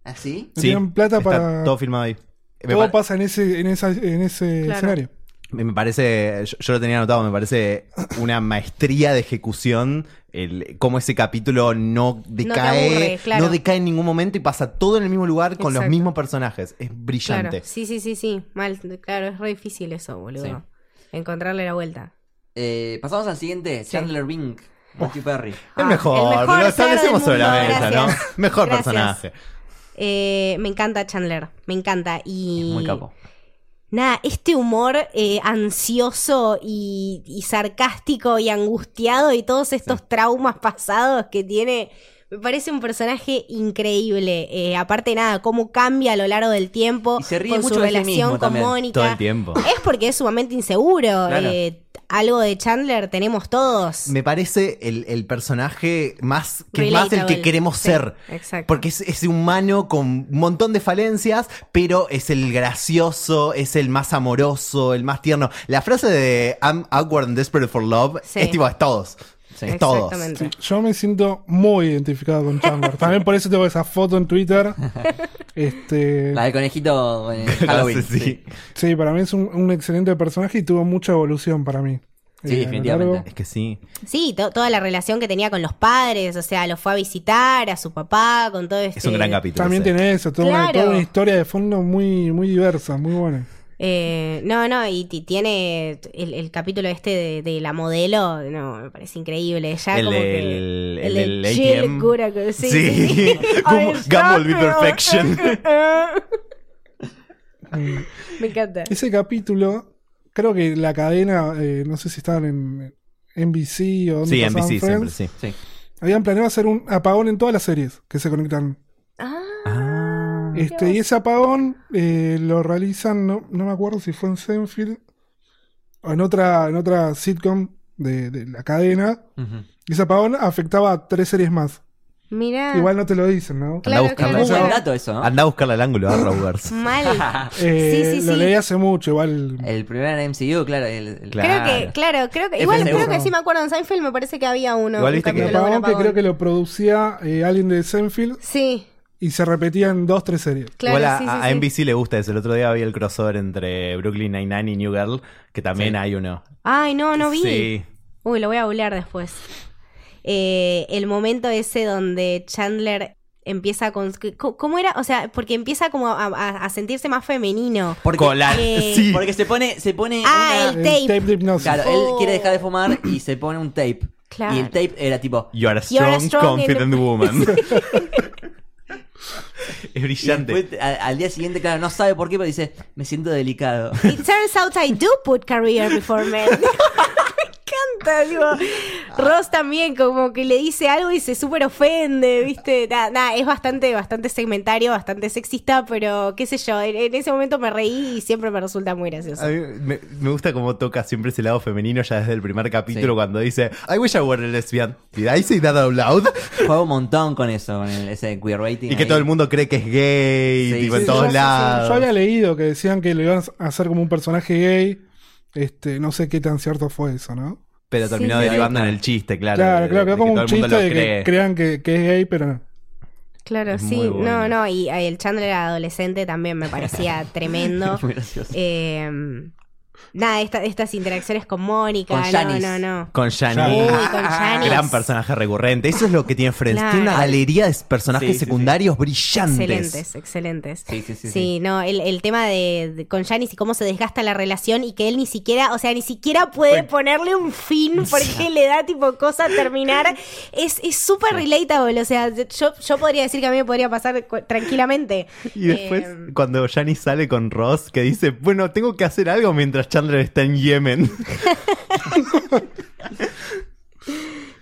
B: ¿Así?
E: No tenían plata
D: está
E: para.
D: Todo filmado ahí. Me,
E: todo
D: pa-
E: pasa en ese, en esa- en ese
C: Claro.
E: escenario.
D: me- me parece, yo, yo lo tenía anotado, me parece una maestría de ejecución. El, cómo ese capítulo no decae,
C: aburre, claro.
D: no decae en ningún momento y pasa todo en el mismo lugar con los
C: Exacto.
D: mismos personajes. Es
C: Claro,
D: brillante.
C: sí, sí, sí, sí. Mal, claro, es re difícil eso, boludo. Encontrarle la vuelta.
B: Eh, pasamos al siguiente,
C: Sí.
B: Chandler Bing, Matthew Perry.
D: El
C: Ah,
D: mejor,
C: el mejor
D: lo
C: ser
D: establecemos
C: del
D: sobre la
C: mundo,
D: mesa,
C: gracias.
D: ¿no? Mejor
C: Gracias.
D: personaje.
C: Eh, me encanta Chandler, me encanta. Y
B: Es muy capo.
C: Nada, este humor eh, ansioso y, y sarcástico y angustiado y todos estos traumas pasados que tiene, me parece un personaje increíble. Eh, aparte, nada, cómo cambia a lo largo del tiempo
B: Y se ríe
C: con
B: mucho
C: su
B: de sí mismo
C: relación con
B: también,
C: Mónica.
D: Todo el tiempo.
C: Es porque es sumamente inseguro.
B: Claro.
C: eh, algo de Chandler tenemos todos.
D: Me parece el, el personaje más que más el que
C: Relatable.
D: queremos
C: Sí,
D: ser.
C: Exacto.
D: Porque es, es humano con un montón de falencias, pero es el gracioso, es el más amoroso, el más tierno. La frase de I'm awkward and desperate for love
C: Sí.
D: es tipo, es todos.
B: Sí.
D: Es todos.
C: Exactamente.
E: Sí, yo me siento muy identificado con Chandler. También por eso tengo esa foto en Twitter. Este,
B: La del conejito en Halloween.
D: Sí, sí.
B: sí.
E: sí, para mí es un, un excelente personaje y tuvo mucha evolución para mí. Eh,
B: Sí,
E: a lo
B: definitivamente.
E: largo.
D: Es que sí.
C: Sí, to- toda la relación que tenía con los padres, o sea, lo fue a visitar, a su papá, con todo este...
D: Es un gran capítulo.
E: También
D: ese.
E: tiene eso, toda, una,
C: Claro.
E: toda una historia de fondo muy, muy diversa, muy buena.
C: Eh, no, no, y, ti- tiene el, el capítulo este de, de la modelo, no, me parece increíble. Ya
D: El
C: como que-
D: del- el del
C: Jill
D: ATM.
C: Guraco, sí.
D: Sí.
C: sí, sí.
D: Como
C: Ay,
D: Gumball be
C: ya, pero-
D: perfection.
E: Mm.
C: me encanta.
E: Ese capítulo, creo que la cadena, eh, no sé si estaban en NBC o donde
D: Sí,
E: pasaban
D: NBC siempre,
E: Friends,
D: sí.
B: Sí.
E: habían planeado hacer un apagón en todas las series que se conectan.
C: Ah,
E: Este, y ese apagón eh, lo realizan, no, no me acuerdo si fue en Seinfeld o en otra, en otra sitcom de, de la cadena. Y ese apagón afectaba a tres series más.
C: Mirá.
E: Igual no te lo dicen, ¿no?
C: Claro,
D: Andá a buscarla.
B: Muy
C: claro.
B: buen dato eso, ¿no?
D: Andá a buscarla al ángulo, a Roberts.
C: Mal.
E: Eh,
C: Sí, sí,
E: Lo
C: sí.
E: leí hace mucho, igual.
D: Eh,
B: El primer MCU, claro. el- el-
D: Claro.
C: Creo que, claro, creo que. Igual
B: FSU.
C: creo que sí me acuerdo en Seinfeld, me parece que había uno.
D: Igual
C: un
D: viste que-
E: el
C: capítulo de un
E: apagón que
C: apagón.
E: creo que lo producía eh, alguien de Seinfeld
C: Sí,
E: y se repetían dos, tres series.
C: claro.
D: Igual a,
C: sí,
D: a-
C: sí,
D: a
C: sí.
D: NBC le gusta eso. El otro día vi el crossover entre Brooklyn Nine-Nine y New Girl, que también hay uno.
C: Ay, no, no vi.
D: Sí.
C: Uy, lo voy a googlear después. Eh, el momento ese donde Chandler empieza con... co- ¿Cómo era? O sea, porque empieza como a, a- a sentirse más femenino.
B: Porque,
D: Con la-
C: Eh,
D: sí.
B: porque se pone, se pone
C: Ah,
B: una-
C: El tape.
E: Eh, de hipnosis.
B: Claro, él
C: Oh.
B: quiere dejar de fumar y se pone un tape.
C: Claro.
B: Y el tape era tipo.
D: You are a
C: You are a
D: strong,
C: strong
D: confident woman. es
B: y
D: brillante.
B: después, a- al día siguiente, claro, no sabe por qué, pero dice, me siento delicado.
C: It turns out I do put career before men. Me encanta, digo. Ross también como que le dice algo y se súper ofende, ¿viste? Nada, nada, es bastante, bastante segmentario, bastante sexista, pero qué sé yo, en, en ese momento me reí y siempre me resulta muy gracioso.
D: A mí me, me gusta cómo toca siempre ese lado femenino ya desde el primer capítulo
B: Sí.
D: cuando dice I wish I were a lesbian. Did I say that out loud?
B: Juega un montón con eso, con el- ese queer rating.
D: Y que
B: ahí.
D: todo el mundo cree que es gay,
B: Sí,
D: tipo
B: sí, sí,
D: en todos
E: yo,
D: lados.
E: yo había leído que decían que lo iban a hacer como un personaje gay. Este, no sé qué tan cierto fue eso, ¿no?
D: Pero terminó
C: Sí, sí.
D: derivando en el chiste, claro.
E: Claro,
D: de-
E: claro,
D: de
E: quedó
D: que
E: como
D: todo
E: un
D: el mundo
E: chiste
D: lo
E: de que
D: cree.
E: crean que, que es gay, pero no.
C: Claro,
D: Es
C: sí,
D: muy bueno.
C: no, no, y, ay, el Chandler adolescente también me parecía tremendo.
B: Muy gracioso.
C: Eh, nada, esta- estas interacciones con Mónica,
B: Con
C: no,
B: Janice.
C: no, no.
D: Con Shani.
C: Uy, con Janice.
D: Gran personaje recurrente. Eso es lo que tiene Friends.
C: Claro.
D: Tiene una galería de personajes
B: Sí, sí, sí.
D: secundarios brillantes.
C: Excelentes, excelentes.
B: Sí, sí, sí,
C: Sí,
B: sí.
C: no, el, el tema de, de- con Janice y cómo se desgasta la relación y que él ni siquiera, o sea, ni siquiera puede ponerle un fin porque le da tipo cosa terminar. Es es súper relatable, o sea, yo, yo podría decir que a mí me podría pasar cu- tranquilamente.
D: Y después,
C: Eh,
D: cuando Jani sale con Ross, que dice, bueno, tengo que hacer algo mientras Chandler está en Yemen.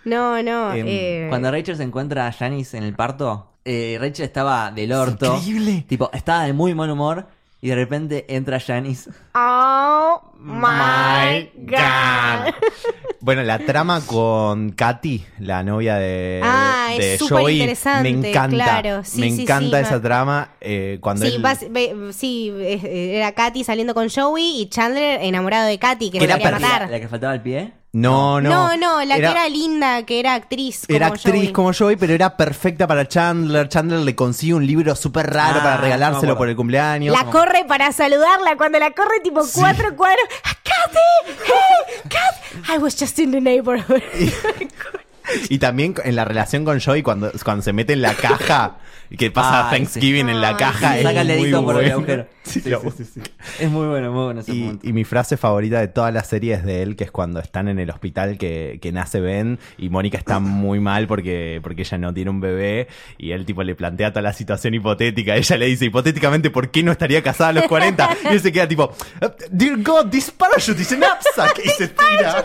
C: no, no.
D: Em,
C: eh,
B: Cuando Rachel se encuentra a Janice en el parto, eh, Rachel estaba del orto.
D: increíble.
B: Tipo, estaba de muy mal humor. Y de repente entra Janice.
C: Oh my god.
D: Bueno, la trama con Katy, la novia de,
C: Ah, es
D: de
C: súper
D: Joey, me
C: interesante,
D: encanta.
C: claro. Sí,
D: me
C: sí, sí,
D: encanta
C: me-
D: esa trama eh, cuando
C: Sí,
D: él-
C: bas- ve- sí, eh, eh, era Katy saliendo con Joey y Chandler enamorado de Katy, que
D: Que
C: lo
D: era
C: quería
D: perdida,
C: matar.
B: La, la que faltaba al pie.
D: No, no.
C: No, no, la que era linda, que era actriz. Como
D: Era actriz
C: Joey.
D: como Joey, pero era perfecta para Chandler. Chandler le consigue un libro súper raro
B: Ah,
D: para
B: no me
D: regalárselo
B: acuerdo.
D: por el cumpleaños.
C: La corre para saludarla, cuando la corre tipo cuatro cuadros. ¡Ah, ¡Katy! ¡Hey! ¡Katy! I was just in the neighborhood.
D: Y también en la relación con Joey, cuando, cuando se mete en la caja, y que pasa
B: Ay,
D: Thanksgiving en la
C: Ay,
D: caja,
B: sí.
D: es
B: Saca el
D: muy
B: dedito por el
D: bueno.
B: agujero.
D: Sí,
B: Sí,
D: lo-
B: sí, Es muy bueno, muy bueno ese
D: Y,
B: punto.
D: y mi frase favorita de todas las series de él, que es cuando están en el hospital que, que nace Ben y Mónica está muy mal porque, porque ella no tiene un bebé y él tipo le plantea toda la situación hipotética. Ella le dice hipotéticamente por qué no estaría casada a los 40 y él se queda tipo, Dear God, this parachute is an knapsack y se tira.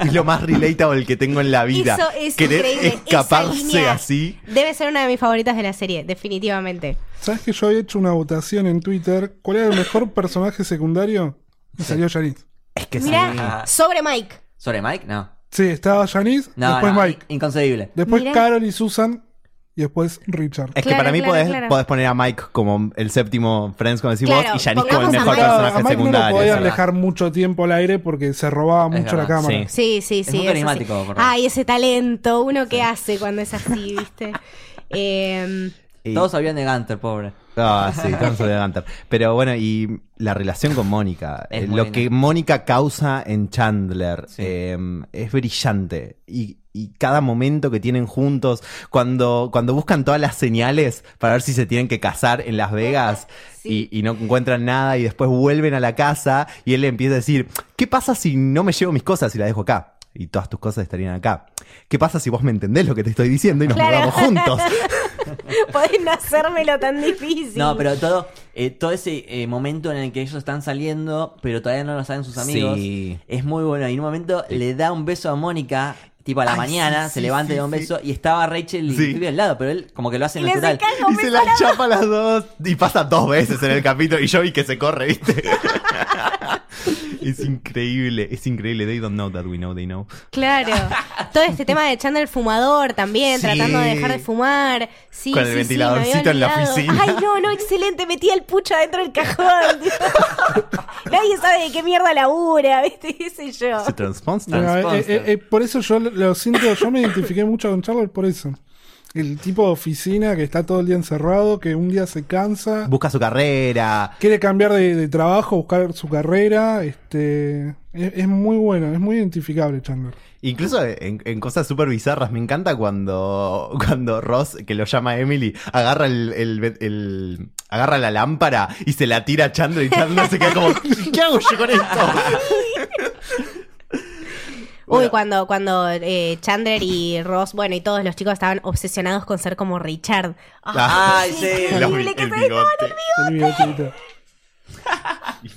D: Es lo más relatable que tengo en la vida.
C: Eso es
D: Querer
C: increíble. Esa
D: escaparse
C: línea
D: así.
C: Debe ser una de mis favoritas de la serie, definitivamente.
E: ¿Sabes que yo había hecho una votación en Twitter? ¿Cuál era el mejor personaje secundario? Y salió Janice.
D: Es que
C: Mira, sobre Mike.
B: Ah, ¿Sobre Mike? No.
E: Sí, estaba Janice,
B: No,
E: después
B: no,
E: Mike,
B: Inconcebible.
E: después
C: Mirá.
E: Carol y Susan, y después Richard.
D: Es que
C: Claro,
D: para mí
C: claro,
D: podés,
C: claro.
D: podés poner a Mike como el séptimo Friends, como decís
C: Claro,
D: vos, y Janice como el
C: pongamos a
D: mejor
C: Mike.
E: Claro, a
D: personaje
E: Mike no lo
D: secundario.
E: podían
B: verdad.
E: dejar mucho tiempo al aire porque se robaba mucho la
B: verdad,
E: cámara.
D: sí.
C: Sí, sí, sí.
B: muy
C: eso sí.
B: carismático, por favor.
C: Ay, ese talento, uno que hace cuando es así, ¿viste? Em,
D: Y-
B: Todos sabían de Gunter, pobre.
D: Ah, sí, Guns of the Gunter. Pero bueno, y la relación con Mónica.
B: Es
D: eh,
B: muy
D: lo
B: linda.
D: que Mónica causa en Chandler
B: Sí.
D: eh, es brillante. Y, y cada momento que tienen juntos, cuando, cuando buscan todas las señales para ver si se tienen que casar en Las Vegas
C: Sí.
D: y, y no encuentran nada, y después vuelven a la casa y él le empieza a decir: ¿Qué pasa si no me llevo mis cosas y las dejo acá? Y todas tus cosas estarían acá. ¿Qué pasa si vos me entendés lo que te estoy diciendo y nos
C: Claro.
D: mudamos juntos?
C: Podés no hacérmelo tan difícil.
B: No, pero todo, eh, todo ese eh, momento en el que ellos están saliendo, pero todavía no lo saben sus amigos,
D: Sí.
B: es muy bueno. Y en un momento le da un beso a Mónica, tipo a la
D: Ay,
B: mañana,
D: sí,
B: se
D: sí,
B: levanta y
D: sí,
B: da un
D: sí.
B: beso, y estaba Rachel y
D: Sí.
B: Phoebe al lado, pero él como que lo hace
C: Y le
B: natural.
C: saca el
D: Y se las chapa las dos. Y pasa dos veces en el capítulo. Y yo vi que se corre, ¿viste? Es increíble, es increíble. They don't know that we know they know.
C: Claro. Todo este tema de Chandler el fumador también,
D: Sí.
C: tratando de dejar de fumar. Sí,
D: Con el
C: sí, sí,
D: ventiladorcito
C: me había
D: en la
C: olvidado.
D: oficina.
C: Ay, no, no, excelente. Metía el pucha dentro del cajón. Nadie sabe de qué mierda labura, ¿viste? ¿Qué sé yo?
D: Se transponsta.
E: Mira, eh, eh, eh, por eso yo lo siento, yo me identifiqué mucho con Charles por eso. El tipo de oficina que está todo el día encerrado, que un día se cansa,
D: Busca su carrera.
E: quiere cambiar de, de trabajo, buscar su carrera. Este, es, es muy bueno, es muy identificable Chandler.
D: Incluso en, en cosas súper bizarras. Me encanta cuando, cuando Ross, que lo llama Emily, agarra el, el- el- agarra la lámpara y se la tira a Chandler y Chandler se queda como, ¿qué hago yo con esto?
C: Uy, cuando, cuando eh, Chandler y Ross, bueno, y todos los chicos estaban obsesionados con ser como Richard. Ah,
B: Ay, sí.
C: increíble
D: Los-
C: que
D: el
C: se ve como
D: bigote.
E: El bigotito.
D: Es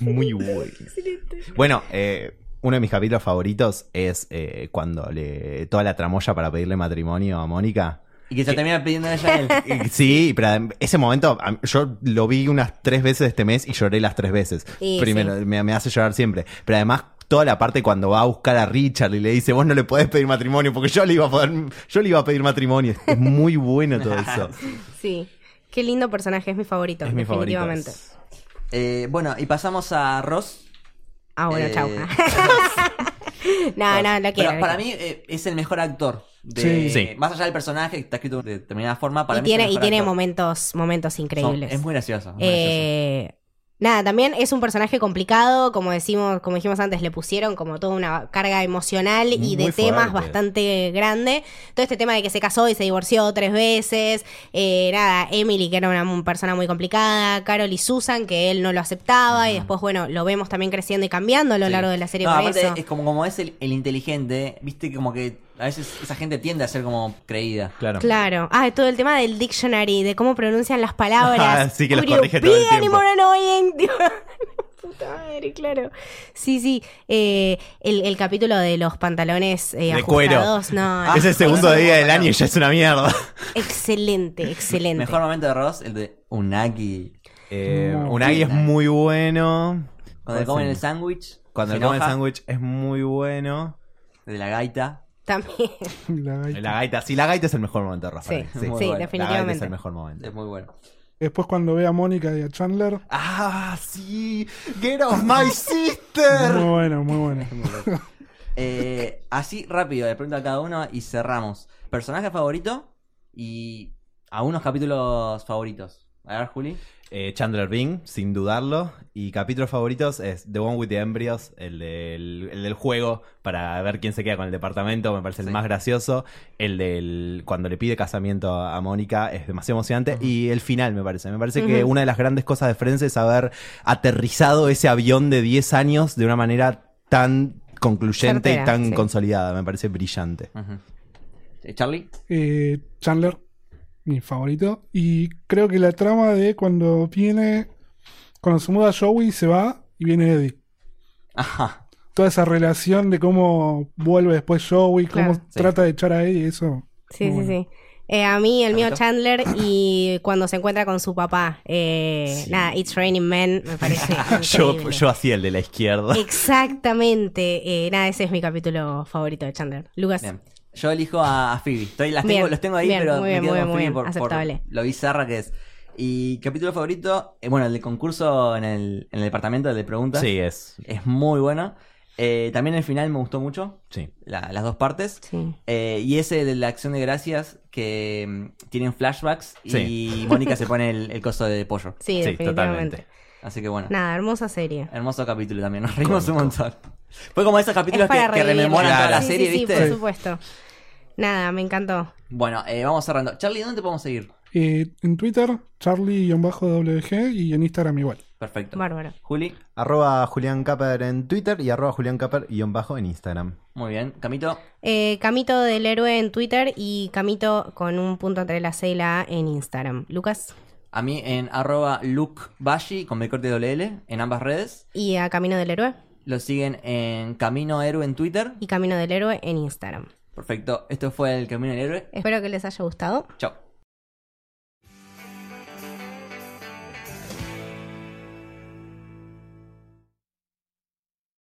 D: Muy bueno. Bueno, eh, uno de mis capítulos favoritos es eh, cuando le toda la tramoya para pedirle matrimonio a Mónica.
B: Y que se termina pidiendo a ella él.
D: Eh, Sí, pero en ese momento a mí- yo lo vi unas tres veces este mes y lloré las tres veces.
C: Sí,
D: Primero, Me, me hace llorar siempre. Pero además toda la parte cuando va a buscar a Richard y le dice, vos no le podés pedir matrimonio porque yo le iba a, poder, yo le iba a pedir matrimonio. Es muy bueno todo eso.
C: Sí. Qué lindo personaje, es mi favorito,
D: es mi favorito.
C: definitivamente.
B: Eh, bueno, y pasamos a Ross.
C: Ah, bueno,
B: Eh,
C: chau. no, no, lo quiero.
B: Pero
C: lo
B: para
C: quiero.
B: mí eh, es el mejor actor. De,
E: Sí.
D: Sí.
B: Más allá del personaje, que está escrito de determinada forma. Para
C: y
B: mí
C: tiene,
B: es el
C: y
B: mejor
C: tiene
B: actor.
C: momentos, momentos
B: Son-
C: increíbles.
B: es muy gracioso. es muy gracioso.
C: Eh, nada, también es un personaje complicado, como decimos, como dijimos antes, le pusieron como toda una carga emocional y de
D: Muy
C: temas
D: fuerte.
C: bastante grande. Todo este tema de que se casó y se divorció tres veces, eh, nada, Emily, que era una mu- persona muy complicada, Carol y Susan, que él no lo aceptaba, y después, bueno, lo vemos también creciendo y cambiando a lo
B: Sí.
C: largo de la serie
B: No,
C: por
B: aparte,
C: eso.
B: es como, como es el, el inteligente, viste, como que a veces esa gente tiende a ser como creída.
D: Claro.
C: Claro. Ah, todo el tema del dictionary, de cómo pronuncian las palabras.
D: Ah, sí, que los corrige todo el
C: European
D: tiempo.
C: y more annoying. Digo, Puta madre, claro. Sí, sí. Eh, el, el capítulo de los pantalones eh,
D: De cuero.
C: ajustados, no.
D: es el segundo
B: Ah,
D: día del
B: bueno.
D: año y ya es una mierda.
C: Excelente, excelente.
B: Mejor momento de Ross, el de Unagi.
D: Eh,
E: Muy
D: Unagi es
B: bien.
D: muy bueno.
B: Cuando le comen el sándwich.
D: Cuando
B: se
D: le comen el
B: enoja,
D: sándwich es muy bueno.
B: De la gaita.
C: También.
E: La gaita.
D: La gaita, sí, la gaita es el mejor momento de Rafa.
C: Sí, sí,
B: muy bueno.
D: La gaita es el
C: definitivamente.
D: mejor momento.
B: Es muy bueno.
E: Después cuando ve a Mónica y a Chandler,
D: Ah, sí. Get off my sister.
E: muy bueno, muy bueno.
B: Eh, así rápido, le pregunto a cada uno y cerramos. Personaje favorito y algunos capítulos favoritos. A ver, Juli.
D: Eh, Chandler Bing, sin dudarlo. Y capítulos favoritos es The One with the Embryos, el del, el del juego, para ver quién se queda con el departamento, me parece el
B: Sí.
D: más gracioso. El del cuando le pide casamiento a a Mónica es demasiado emocionante. Y el final, me parece. Me parece que una de las grandes cosas de Friends es haber aterrizado ese avión de 10 años de una manera tan concluyente
C: Certera,
D: y tan
C: sí.
D: consolidada. Me parece brillante.
B: Eh, Charlie.
E: Eh, Chandler, mi favorito. Y creo que la trama de cuando viene, cuando se muda Joey, se va y viene Eddie.
B: Ajá.
E: Toda esa relación de cómo vuelve después Joey, cómo
C: Claro.
B: Sí.
E: trata de echar a Eddie, eso.
C: Sí,
E: Muy
C: sí,
E: bueno.
C: sí. Eh, a mí, el mío
B: ¿Capito?
C: Chandler y cuando se encuentra con su papá. eh,
D: Sí.
C: Nada, It's Raining Men, me parece.
D: Yo,
C: increíble.
D: yo hacía el de la izquierda.
C: Exactamente. Eh, nada, ese es mi capítulo favorito de Chandler. Lucas.
B: Bien. Yo elijo a, a Phoebe. Estoy, las tengo,
C: Bien,
B: los tengo ahí,
C: bien,
B: pero
C: muy
B: me
C: bien,
B: quedo
C: muy
B: con
C: bien,
B: Phoebe
C: muy
B: por,
C: bien,
B: por
C: aceptable.
B: lo bizarra que es. Y capítulo favorito, eh, bueno, el de concurso en el, en el departamento el de preguntas.
D: Sí, es.
B: Es muy bueno. Eh, también el final me gustó mucho.
D: Sí.
B: la- las dos partes.
C: Sí.
B: Eh, y ese de la acción de gracias que mm, tienen flashbacks
D: Sí.
B: y Mónica se pone el, el coso de pollo.
C: Sí,
D: Sí,
C: definitivamente.
D: totalmente.
B: Así que bueno,
C: Nada, hermosa serie.
B: hermoso capítulo también. Nos reímos un montón. Fue como esos capítulos
C: Es
B: que,
C: para
B: que
C: revivir.
B: rememoran toda la
C: Sí,
B: serie,
C: sí, sí,
B: ¿viste?
C: por supuesto. Nada, me encantó.
B: Bueno, eh, vamos cerrando. Charlie, ¿dónde te podemos seguir?
E: Eh, en Twitter, Charlie-WG y en Instagram igual.
B: Perfecto.
C: Bárbaro.
B: Juli,
D: Arroba Julián Capper en Twitter y arroba Julián Capper guión bajo en Instagram.
B: muy bien. Camito,
C: Eh, Camito del Héroe en Twitter y Camito con un punto entre la C y la A en Instagram. Lucas.
B: a mí en arroba lukebashi con mi corte doble L en ambas redes.
C: Y a Camino del Héroe
B: Lo siguen en Camino Héroe en Twitter.
C: y Camino del Héroe en Instagram.
B: Perfecto. Esto fue el Camino del Héroe.
C: Espero que les haya gustado.
B: Chao.